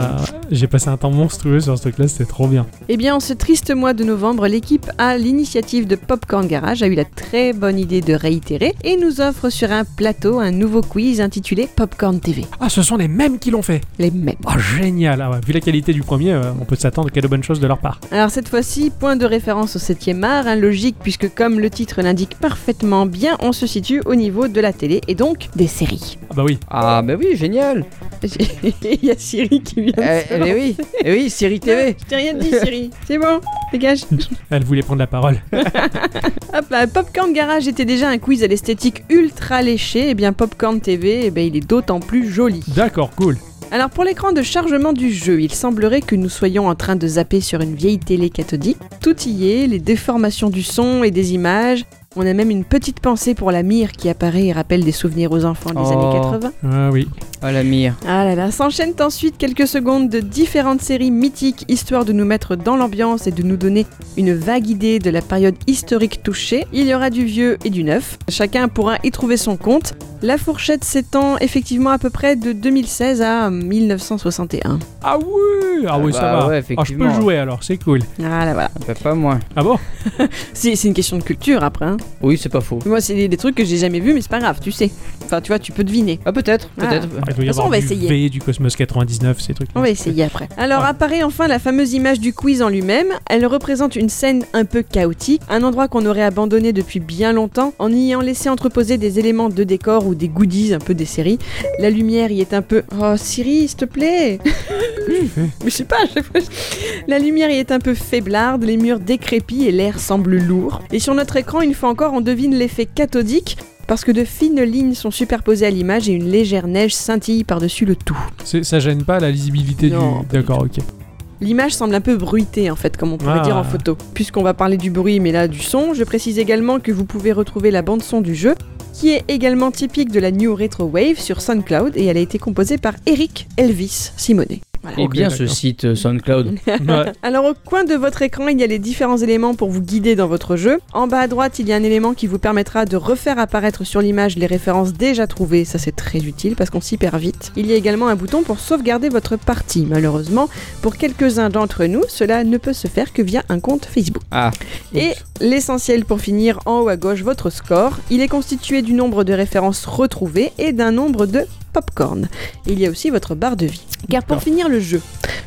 Speaker 2: J'ai passé un temps monstrueux sur ce truc-là, c'était trop bien.
Speaker 1: Eh bien, en ce triste mois de novembre, l'équipe à l'initiative de Popcorn Garage a eu la très bonne idée de réitérer et nous offre sur un plateau un nouveau quiz intitulé Popcorn TV.
Speaker 2: Ah, ce sont les mêmes qui l'ont fait.
Speaker 1: Les mêmes.
Speaker 2: Oh, génial. Ah ouais, vu la qualité du premier, euh, on peut s'attendre qu'à de bonnes choses de leur part.
Speaker 1: Alors cette fois-ci, point de référence au 7e art, hein, logique puisque comme le titre l'indique parfaitement bien, on se situe au niveau de la télé et donc des séries. *laughs*
Speaker 2: Ah, bah oui.
Speaker 3: Ah bah oui, génial
Speaker 1: Il y a Siri qui vient. de
Speaker 3: Eh
Speaker 1: se
Speaker 3: eh,
Speaker 1: lancer.
Speaker 3: mais oui, eh oui, Siri
Speaker 1: Non,
Speaker 3: *laughs* TV
Speaker 1: Je t'ai rien dit Siri, c'est bon, dégage.
Speaker 2: Elle voulait prendre la parole.
Speaker 1: Hop là, Popcorn Garage était déjà un quiz à l'esthétique ultra léché, et bien Popcorn TV, eh bien, il est d'autant plus joli.
Speaker 2: D'accord, cool.
Speaker 1: Alors pour l'écran de chargement du jeu, il semblerait que nous soyons en train de zapper sur une vieille télé cathodique. Tout y est, les déformations du son et des images. On a même une petite pensée pour la mire qui apparaît et rappelle des souvenirs aux enfants des
Speaker 3: Oh.
Speaker 1: années 80.
Speaker 2: Ah oui.
Speaker 3: Ah la mire.
Speaker 1: Ah là là, s'enchaînent ensuite quelques secondes de différentes séries mythiques, histoire de nous mettre dans l'ambiance et de nous donner une vague idée de la période historique touchée. Il y aura du vieux et du neuf, chacun pourra y trouver son compte. La fourchette s'étend effectivement à peu près de 2016 à 1961.
Speaker 2: Ah oui Ah
Speaker 3: Ah
Speaker 2: oui, ça
Speaker 3: bah
Speaker 2: va.
Speaker 3: ouais,
Speaker 2: Ah, je peux
Speaker 3: effectivement.
Speaker 2: jouer alors, c'est cool.
Speaker 1: Ah là voilà.
Speaker 3: Bah, pas moi.
Speaker 2: Ah bon
Speaker 1: C'est c'est une question de culture après. hein.
Speaker 3: Oui, c'est pas faux.
Speaker 1: Moi, c'est des, des trucs que j'ai jamais vus, mais c'est pas grave, tu sais. Enfin, tu vois, tu peux deviner.
Speaker 3: Ah peut-être, peut-être.
Speaker 2: Ah, Il doit y
Speaker 1: De toute façon,
Speaker 2: avoir
Speaker 1: on va
Speaker 2: du
Speaker 1: essayer.
Speaker 2: V, du Cosmos 99, ces trucs.
Speaker 1: On va essayer après. Alors
Speaker 2: Ouais.
Speaker 1: apparaît enfin la fameuse image du quiz en lui-même. Elle représente une scène un peu chaotique, un endroit qu'on aurait abandonné depuis bien longtemps en y ayant laissé entreposer des éléments de décor ou des goodies un peu des séries. La lumière y est un peu Oh Siri, s'il te plaît. Mais je sais pas, à chaque fois, je- La lumière y est un peu faiblarde, les murs décrépits et l'air semble lourd. Et sur notre écran, une fois encore, on devine l'effet cathodique parce que de fines lignes sont superposées à l'image et une légère neige scintille par-dessus le tout.
Speaker 2: C'est- Ça gêne pas la lisibilité
Speaker 1: Non, pas
Speaker 2: du.
Speaker 1: du
Speaker 2: D'accord,
Speaker 1: *laughs*
Speaker 2: ok.
Speaker 1: L'image semble un peu bruitée en fait, comme on pourrait
Speaker 2: Ah.
Speaker 1: dire en photo. Puisqu'on va parler du bruit, mais là du son, je précise également que vous pouvez retrouver la bande son du jeu, qui est également typique de la New Retro Wave sur SoundCloud et elle a été composée par Eric Elvis Simonet.
Speaker 3: Et
Speaker 2: Ok,
Speaker 3: bien ce
Speaker 2: d'accord.
Speaker 3: site euh, SoundCloud.
Speaker 2: Ouais.
Speaker 1: Alors au coin de votre écran, il y a les différents éléments pour vous guider dans votre jeu. En bas à droite, il y a un élément qui vous permettra de refaire apparaître sur l'image les références déjà trouvées. Ça c'est très utile parce qu'on s'y perd vite. Il y a également un bouton pour sauvegarder votre partie. Malheureusement, pour quelques-uns d'entre nous, cela ne peut se faire que via un compte Facebook.
Speaker 3: Ah.
Speaker 1: Et l'essentiel pour finir, en haut à gauche, votre score. Il est constitué du nombre de références retrouvées et d'un nombre de popcorn. Il y a aussi votre barre de vie. Car pour finir le jeu,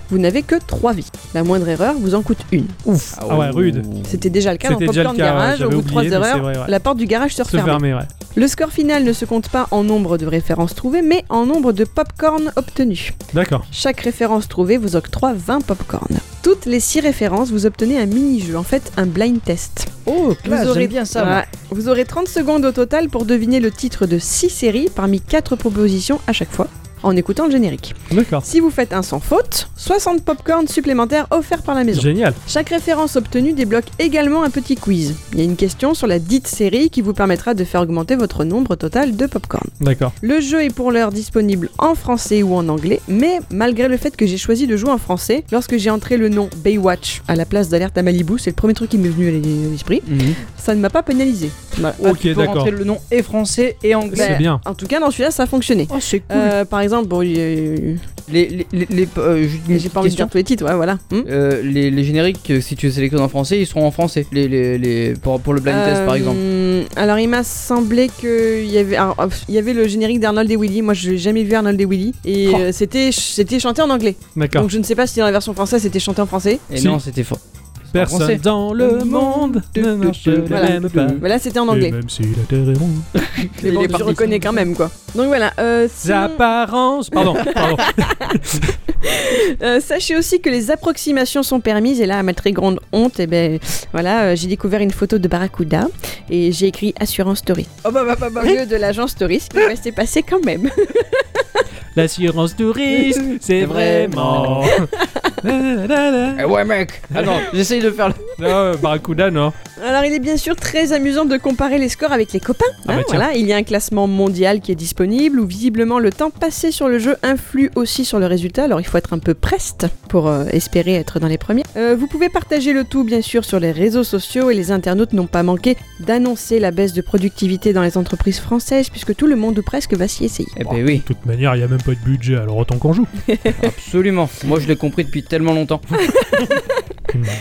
Speaker 1: vous n'avez que 3 vies. La moindre erreur vous en coûte une.
Speaker 2: Ouf. Ah ouais, rude.
Speaker 1: C'était déjà le cas dans
Speaker 2: C'était déjà
Speaker 1: Popcorn
Speaker 2: le cas. ouais,
Speaker 1: Garage. Au
Speaker 2: J'avais
Speaker 1: bout de 3
Speaker 2: oublié, mais c'est
Speaker 1: erreurs,
Speaker 2: vrai. ouais.
Speaker 1: la porte du garage se
Speaker 2: Se
Speaker 1: refermait.
Speaker 2: fermer, ouais.
Speaker 1: Le score final ne se compte pas en nombre de références trouvées, mais en nombre de popcorn obtenus.
Speaker 2: D'accord.
Speaker 1: Chaque référence trouvée vous octroie 20 popcorn. Toutes les 6 références, vous obtenez un mini-jeu, en fait un blind test.
Speaker 3: Oh, classe,
Speaker 1: vous aurez
Speaker 3: j'aime bien ça. moi.
Speaker 1: Ouais. Vous aurez 30 secondes au total pour deviner le titre de 6 séries parmi 4 propositions à chaque fois en écoutant le générique.
Speaker 2: D'accord.
Speaker 1: Si vous faites un sans faute, 60 popcorn supplémentaires offerts par la maison.
Speaker 2: Génial.
Speaker 1: Chaque référence obtenue débloque également un petit quiz. Il y a une question sur la dite série qui vous permettra de faire augmenter votre nombre total de popcorn.
Speaker 2: D'accord.
Speaker 1: Le jeu est pour l'heure disponible en français ou en anglais, mais malgré le fait que j'ai choisi de jouer en français, lorsque j'ai entré le nom Baywatch à la place d'alerte à Malibu, c'est le premier truc qui m'est venu à l'esprit,
Speaker 3: Mhm.
Speaker 1: ça ne m'a pas pénalisé.
Speaker 3: Voilà.
Speaker 2: Ok,
Speaker 3: Ah, tu peux
Speaker 2: d'accord.
Speaker 3: rentrer le nom et français et anglais.
Speaker 2: C'est bien.
Speaker 1: En tout cas, dans celui-là, ça a fonctionné.
Speaker 3: Oh, c'est cool.
Speaker 1: Euh, par exemple, bon, il y a-
Speaker 3: Les, les, les, les- euh, juste une
Speaker 1: j'ai pas envie de
Speaker 3: question.
Speaker 1: dire tous les titres, ouais, voilà. Hmm
Speaker 3: Euh, les, les génériques, euh, si tu les sélectionnes en français, ils seront en français. Les, les, les- pour, pour le blind test, par
Speaker 1: Euh,
Speaker 3: exemple.
Speaker 1: Alors, il m'a semblé qu'il y avait, alors, pff, il y avait le générique d'Arnold et Willy. Moi, je n'ai jamais vu Arnold et Willy. Et
Speaker 2: Oh.
Speaker 1: euh, c'était c'était chanté en anglais.
Speaker 2: D'accord.
Speaker 1: Donc, je ne sais pas si dans la version française, c'était chanté en français.
Speaker 3: Et
Speaker 2: si.
Speaker 3: non, c'était fort.
Speaker 2: Personne
Speaker 3: français.
Speaker 2: dans le monde ne marche de
Speaker 1: Voilà.
Speaker 2: même pas.
Speaker 1: Mais là, c'était en
Speaker 2: Et bah,
Speaker 1: anglais.
Speaker 2: même si la terre est ronde.
Speaker 1: Mais
Speaker 3: *laughs* Il
Speaker 1: bon,
Speaker 3: est
Speaker 1: je
Speaker 3: parti.
Speaker 1: reconnais quand même, quoi. Donc, voilà. euh, sinon-
Speaker 2: Apparence. Pardon,
Speaker 1: *laughs*
Speaker 2: pardon.
Speaker 1: Euh, sachez aussi que les approximations sont permises et là à ma très grande honte eh ben voilà euh, j'ai découvert une photo de Barracuda et j'ai écrit assurance touriste. Oh bah bah bah bah au lieu *laughs* de l'agence touriste mais ouais, c'est passé quand même.
Speaker 2: L'assurance touriste, c'est
Speaker 3: C'est
Speaker 2: vraiment.
Speaker 3: vraiment-
Speaker 2: *laughs* La, la, la, la.
Speaker 3: Eh ouais, mec Ah *laughs* non, j'essaye de faire le.
Speaker 2: Non, Ah, Barracuda, non.
Speaker 1: Alors il est bien sûr très amusant de comparer les scores avec les copains. hein,
Speaker 2: Ah bah tiens.
Speaker 1: voilà, il y a un classement mondial qui est disponible où visiblement le temps passé sur le jeu influe aussi sur le résultat. Alors il faut être un peu preste pour euh, espérer être dans les premiers. Euh, vous pouvez partager le tout bien sûr sur les réseaux sociaux et les internautes n'ont pas manqué d'annoncer la baisse de productivité dans les entreprises françaises puisque tout le monde ou presque va s'y essayer.
Speaker 3: Eh ben oui,
Speaker 2: De toute manière, il n'y a même pas de budget, alors autant qu'on
Speaker 1: *laughs*
Speaker 2: joue.
Speaker 3: Oh, absolument. Moi, je l'ai compris depuis tellement longtemps.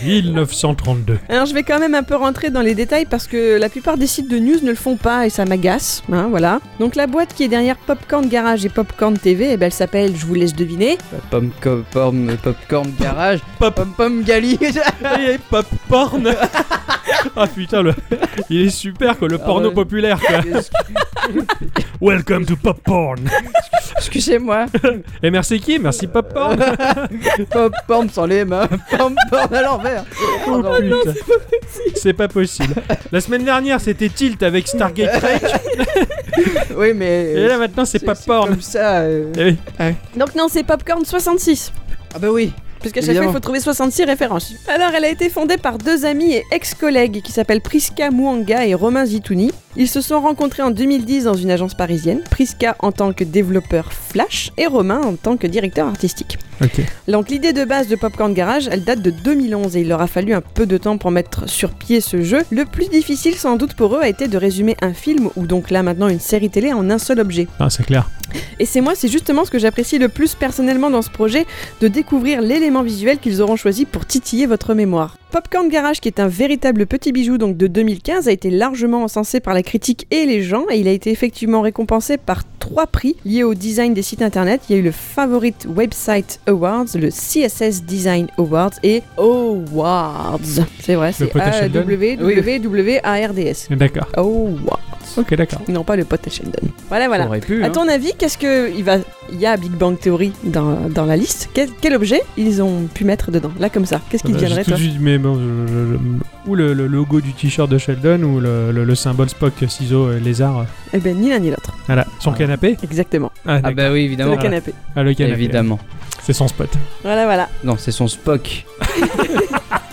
Speaker 2: 1932.
Speaker 1: Alors je vais quand même un peu rentrer dans les détails parce que la plupart des sites de news ne le font pas et ça m'agace, hein, voilà. Donc la boîte qui est derrière Popcorn Garage et Popcorn TV, eh ben, elle s'appelle, je vous laisse deviner,
Speaker 3: Pom, com- pom- popcorn garage.
Speaker 2: Pop.
Speaker 3: Pom,
Speaker 2: *laughs*
Speaker 3: pom, gali. *laughs*
Speaker 2: Et popcorn *laughs* Ah putain, le... il est super que le
Speaker 3: Ah
Speaker 2: porno
Speaker 3: ouais.
Speaker 2: populaire. quoi. Welcome to popcorn.
Speaker 3: Excusez-moi.
Speaker 2: Et merci qui Merci popcorn.
Speaker 3: Popcorn sans les mains. Popcorn à l'envers.
Speaker 2: Oh, putain. c'est pas possible. La semaine dernière, c'était Tilt avec Stargate Trek.
Speaker 3: Oui, mais. euh,
Speaker 2: Et là maintenant, c'est popcorn.
Speaker 3: Comme ça. euh.
Speaker 2: Eh oui.
Speaker 1: Donc non, c'est Popcorn 66.
Speaker 3: Ah bah oui.
Speaker 1: Parce qu'à chaque fois,
Speaker 3: Évidemment.
Speaker 1: il faut trouver 66 références. Alors, elle a été fondée par deux amis et ex-collègues qui s'appellent Priska Mouanga et Romain Zitouni. Ils se sont rencontrés en 2010 dans une agence parisienne. Priska en tant que développeur Flash et Romain en tant que directeur artistique.
Speaker 2: Ok.
Speaker 1: Donc, l'idée de base de Popcorn Garage, elle date de 2011 et il leur a fallu un peu de temps pour mettre sur pied ce jeu. Le plus difficile, sans doute pour eux, a été de résumer un film ou donc là maintenant une série télé en un seul objet.
Speaker 2: Ah, c'est clair.
Speaker 1: Et c'est moi, c'est justement ce que j'apprécie le plus personnellement dans ce projet, de découvrir l'élément visuel qu'ils auront choisi pour titiller votre mémoire. Popcorn Garage, qui est un véritable petit bijou donc de 2015, a été largement encensé par la critique et les gens, et il a été effectivement récompensé par trois prix liés au design des sites internet. Il y a eu le Favorite Website Awards, le CSS Design Awards et Awards. C'est vrai, c'est
Speaker 2: pote à Sheldon
Speaker 1: A-W-W-A-R-D-S.
Speaker 2: D'accord.
Speaker 1: Awards.
Speaker 2: Ok, d'accord.
Speaker 1: Non, pas le pote à Sheldon. Voilà, voilà.
Speaker 3: J'aurais pu.
Speaker 1: À
Speaker 3: hein.
Speaker 1: ton avis, qu'est-ce que il va il y a à Big Bang Theory dans, dans la liste Quel, quel objet ils ont pu mettre dedans Là comme ça,
Speaker 3: Ah
Speaker 1: qu'est-ce qui te
Speaker 2: Bah,
Speaker 1: viendrait
Speaker 2: j'ai tout
Speaker 1: toi
Speaker 2: de suite- mais bon, je- je- je- Ou le, le logo du t-shirt de Sheldon, ou le, le- le symbole Spock, ciseaux, euh, lézard. euh.
Speaker 1: Eh ben ni l'un ni l'autre.
Speaker 2: Voilà. Son
Speaker 3: Ah.
Speaker 2: canapé
Speaker 1: Exactement.
Speaker 2: Ah,
Speaker 3: Ah
Speaker 2: d'accord.
Speaker 3: bah oui,
Speaker 1: C'est
Speaker 3: évidemment.
Speaker 1: le canapé.
Speaker 2: Ah, le canapé.
Speaker 3: Évidemment.
Speaker 2: C'est son spot.
Speaker 1: Voilà voilà.
Speaker 3: Non, c'est son Spock.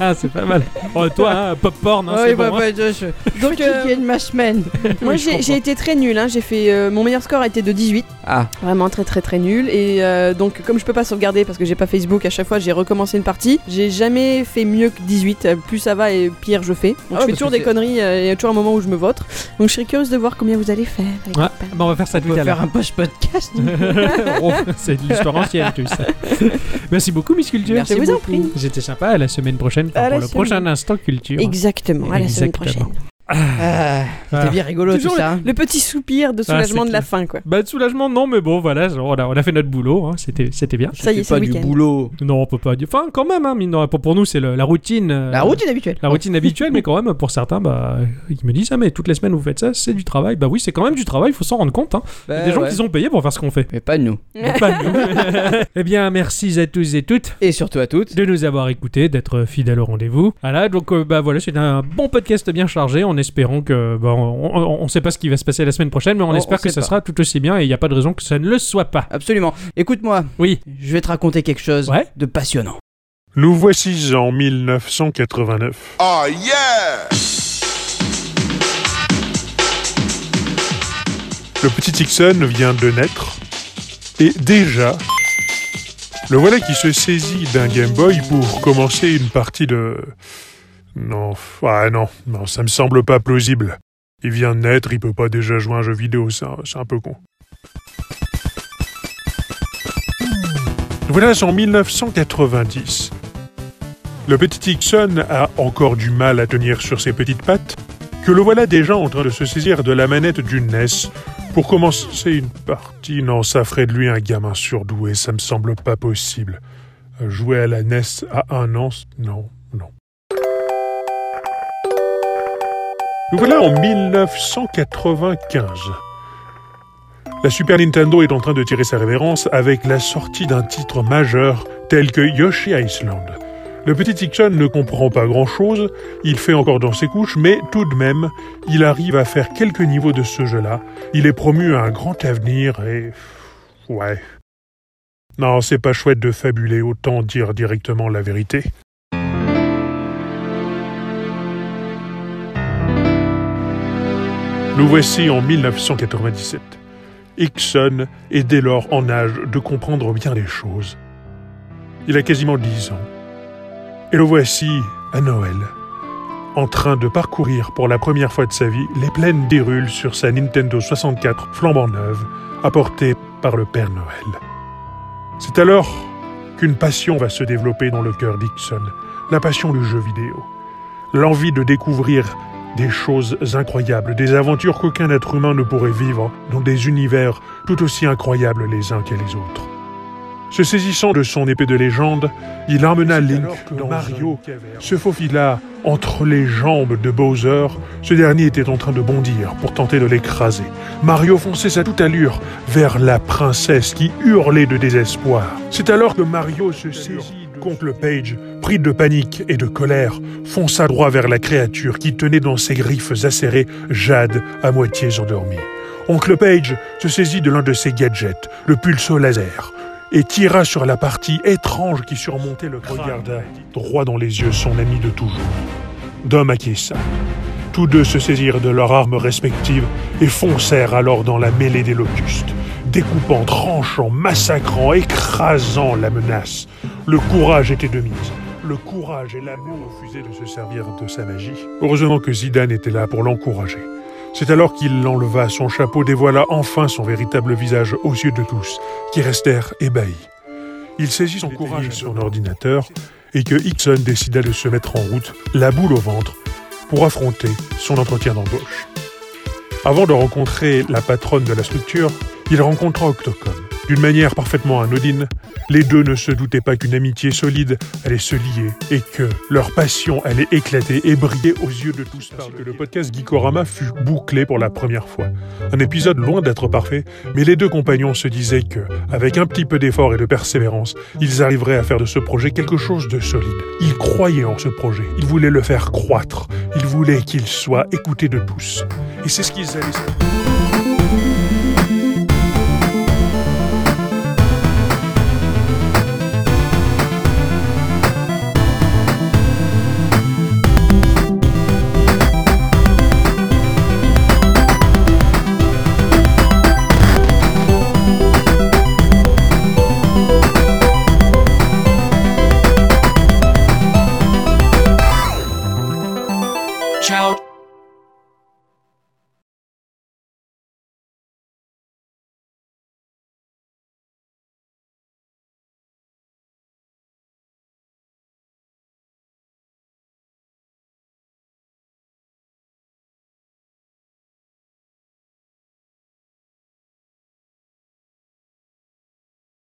Speaker 2: Ah, c'est pas mal. Oh, toi, hein, popcorn, hein,
Speaker 3: Ah
Speaker 2: c'est
Speaker 3: oui, bah,
Speaker 2: bon, hein.
Speaker 3: bah, je- je-
Speaker 1: Donc euh,
Speaker 3: fatigué de ma semaine.
Speaker 1: *laughs* moi
Speaker 3: Oui, je
Speaker 1: j'ai j'ai été très nul. J'ai fait euh, mon meilleur score a été de 18.
Speaker 3: Ah,
Speaker 1: Vraiment très très très nul. Et euh, donc comme je peux pas sauvegarder parce que j'ai pas Facebook, à chaque fois j'ai recommencé une partie. J'ai jamais fait mieux que 18. Euh, Plus ça va et pire je fais. Donc
Speaker 3: Ah,
Speaker 1: je fais
Speaker 3: parce
Speaker 1: toujours
Speaker 3: que
Speaker 1: des
Speaker 3: c'est-
Speaker 1: conneries. euh, Il y a toujours un moment où je me vote. Donc je serais curieuse de voir combien vous allez faire. les
Speaker 2: Ouais.
Speaker 1: copains.
Speaker 2: Bah, on va faire ça
Speaker 3: on
Speaker 2: tout à
Speaker 3: va
Speaker 2: l'heure.
Speaker 3: faire un post-podcast.
Speaker 2: *laughs*
Speaker 3: *laughs*
Speaker 2: Oh, c'est de l'histoire ancienne, tout ça. Merci beaucoup, Miss Culture.
Speaker 1: Je
Speaker 3: Merci
Speaker 1: vous en
Speaker 3: beaucoup.
Speaker 1: prie.
Speaker 2: J'étais sympa. À la semaine prochaine, enfin,
Speaker 1: À la
Speaker 2: pour le
Speaker 1: semaine.
Speaker 2: prochain instant culture.
Speaker 1: Exactement. À la semaine
Speaker 2: Exactement.
Speaker 1: prochaine.
Speaker 3: Ah,
Speaker 2: Ah.
Speaker 3: C'était bien rigolo
Speaker 1: Toujours
Speaker 3: tout ça. hein.
Speaker 1: Le petit soupir de soulagement
Speaker 2: c'est
Speaker 1: de la
Speaker 2: clair.
Speaker 1: fin, quoi.
Speaker 2: Bah, de soulagement, non, mais bon, voilà, on a, on a fait notre boulot. hein, C'était, c'était bien.
Speaker 1: Ça y est,
Speaker 3: C'était
Speaker 1: c'est
Speaker 3: pas
Speaker 1: le
Speaker 3: du
Speaker 1: week-end.
Speaker 3: boulot.
Speaker 2: Non, on peut pas dire. Enfin, quand même, hein, mine de rien. Pour, pour nous, c'est le- la routine. euh,
Speaker 3: La routine habituelle.
Speaker 2: La routine habituelle, mais quand même, pour certains, bah, ils me disent Ah, mais toutes les semaines vous faites ça, c'est du travail. Bah oui, c'est quand même du travail, il faut s'en rendre compte. Hein. Il y
Speaker 3: Bah,
Speaker 2: a des gens qui ont payé pour faire ce qu'on fait.
Speaker 3: Mais pas nous.
Speaker 1: *laughs*
Speaker 2: Mais
Speaker 3: *laughs*
Speaker 2: pas nous. eh bien, merci à tous et toutes
Speaker 3: Et surtout à toutes.
Speaker 2: de nous avoir écoutés, d'être fidèles au rendez-vous. Voilà, donc euh, bah voilà, c'est un bon podcast bien chargé, en espérant que bah, on ne sait pas ce qui va se passer la semaine prochaine, mais on,
Speaker 3: On-
Speaker 2: espère
Speaker 3: on
Speaker 2: que
Speaker 3: sait
Speaker 2: ça
Speaker 3: pas.
Speaker 2: sera tout aussi bien et il n'y a pas de raison que ça ne le soit pas.
Speaker 3: Absolument. Écoute-moi,
Speaker 2: Oui.
Speaker 3: je vais te raconter quelque chose
Speaker 2: Ouais.
Speaker 3: de passionnant.
Speaker 5: Nous voici en 1989.
Speaker 6: Oh yeah!
Speaker 5: Le petit Tixon vient de naître. Et déjà, le voilà qui se saisit d'un Game Boy pour commencer une partie de... Non, ah non, non, ça me semble pas plausible. Il vient de naître, il peut pas déjà jouer à un jeu vidéo, c'est un- c'est un peu con. Voilà en 1990. Le petit Ixon a encore du mal à tenir sur ses petites pattes, que le voilà déjà en train de se saisir de la manette du E NES pour commencer une partie. Non, ça ferait de lui un gamin surdoué, ça me semble pas possible. Euh, Jouer à la NES à un an, c- non, non. Nous voilà en 1995. La Super Nintendo est en train de tirer sa révérence avec la sortie d'un titre majeur tel que Yoshi Island. Le petit Ixon ne comprend pas grand-chose, il fait encore dans ses couches, mais tout de même, il arrive à faire quelques niveaux de ce jeu-là. Il est promu à un grand avenir et... Ouais. Non, c'est pas chouette de fabuler, autant dire directement la vérité. Nous voici en 1997. Ixon est dès lors en âge de comprendre bien les choses. Il a quasiment 10 ans. Et le voici à Noël, en train de parcourir pour la première fois de sa vie les plaines d'Hyrule sur sa Nintendo 64 flambant neuve, apportée par le Père Noël. C'est alors qu'une passion va se développer dans le cœur d'Ixon, la passion du jeu vidéo. L'envie de découvrir des choses incroyables, des aventures qu'aucun être humain ne pourrait vivre dans des univers tout aussi incroyables les uns que les autres. Se saisissant de son épée de légende, il emmena Link dans Mario se faufila entre les jambes de Bowser. Ce dernier était en train de bondir pour tenter de l'écraser. Mario fonçait à toute allure vers la princesse qui hurlait de désespoir. C'est alors que Mario se saisit de- contre le page, pris de panique et de colère, fonça droit vers la créature qui tenait dans ses griffes acérées Jade à moitié endormie. Oncle Page se saisit de l'un de ses gadgets, le pulso laser, et tira sur la partie étrange qui surmontait le crâne. Regarda droit dans les yeux son ami de toujours, Dom Akissa. Tous deux se saisirent de leurs armes respectives et foncèrent alors dans la mêlée des locustes, découpant, tranchant, massacrant, écrasant la menace. Le courage était de mise. Le courage et l'amour refusaient de se servir de sa magie. Heureusement que Zidane était là pour l'encourager. C'est alors qu'il enleva son chapeau, dévoila enfin son véritable visage aux yeux de tous, qui restèrent ébahis. Il saisit son courage et son ordinateur et que Hickson décida de se mettre en route, la boule au ventre, pour affronter son entretien d'embauche. Avant de rencontrer la patronne de la structure, il rencontra Octocom. D'une manière parfaitement anodine, les deux ne se doutaient pas qu'une amitié solide allait se lier et que leur passion allait éclater et briller aux yeux de tous parce que le podcast Geekorama fut bouclé pour la première fois. Un épisode loin d'être parfait, mais les deux compagnons se disaient que, avec un petit peu d'effort et de persévérance, ils arriveraient à faire de ce projet quelque chose de solide. Ils croyaient en ce projet, ils voulaient le faire croître, ils voulaient qu'il soit écouté de tous. Et c'est ce qu'ils allaient...
Speaker 6: Ciao.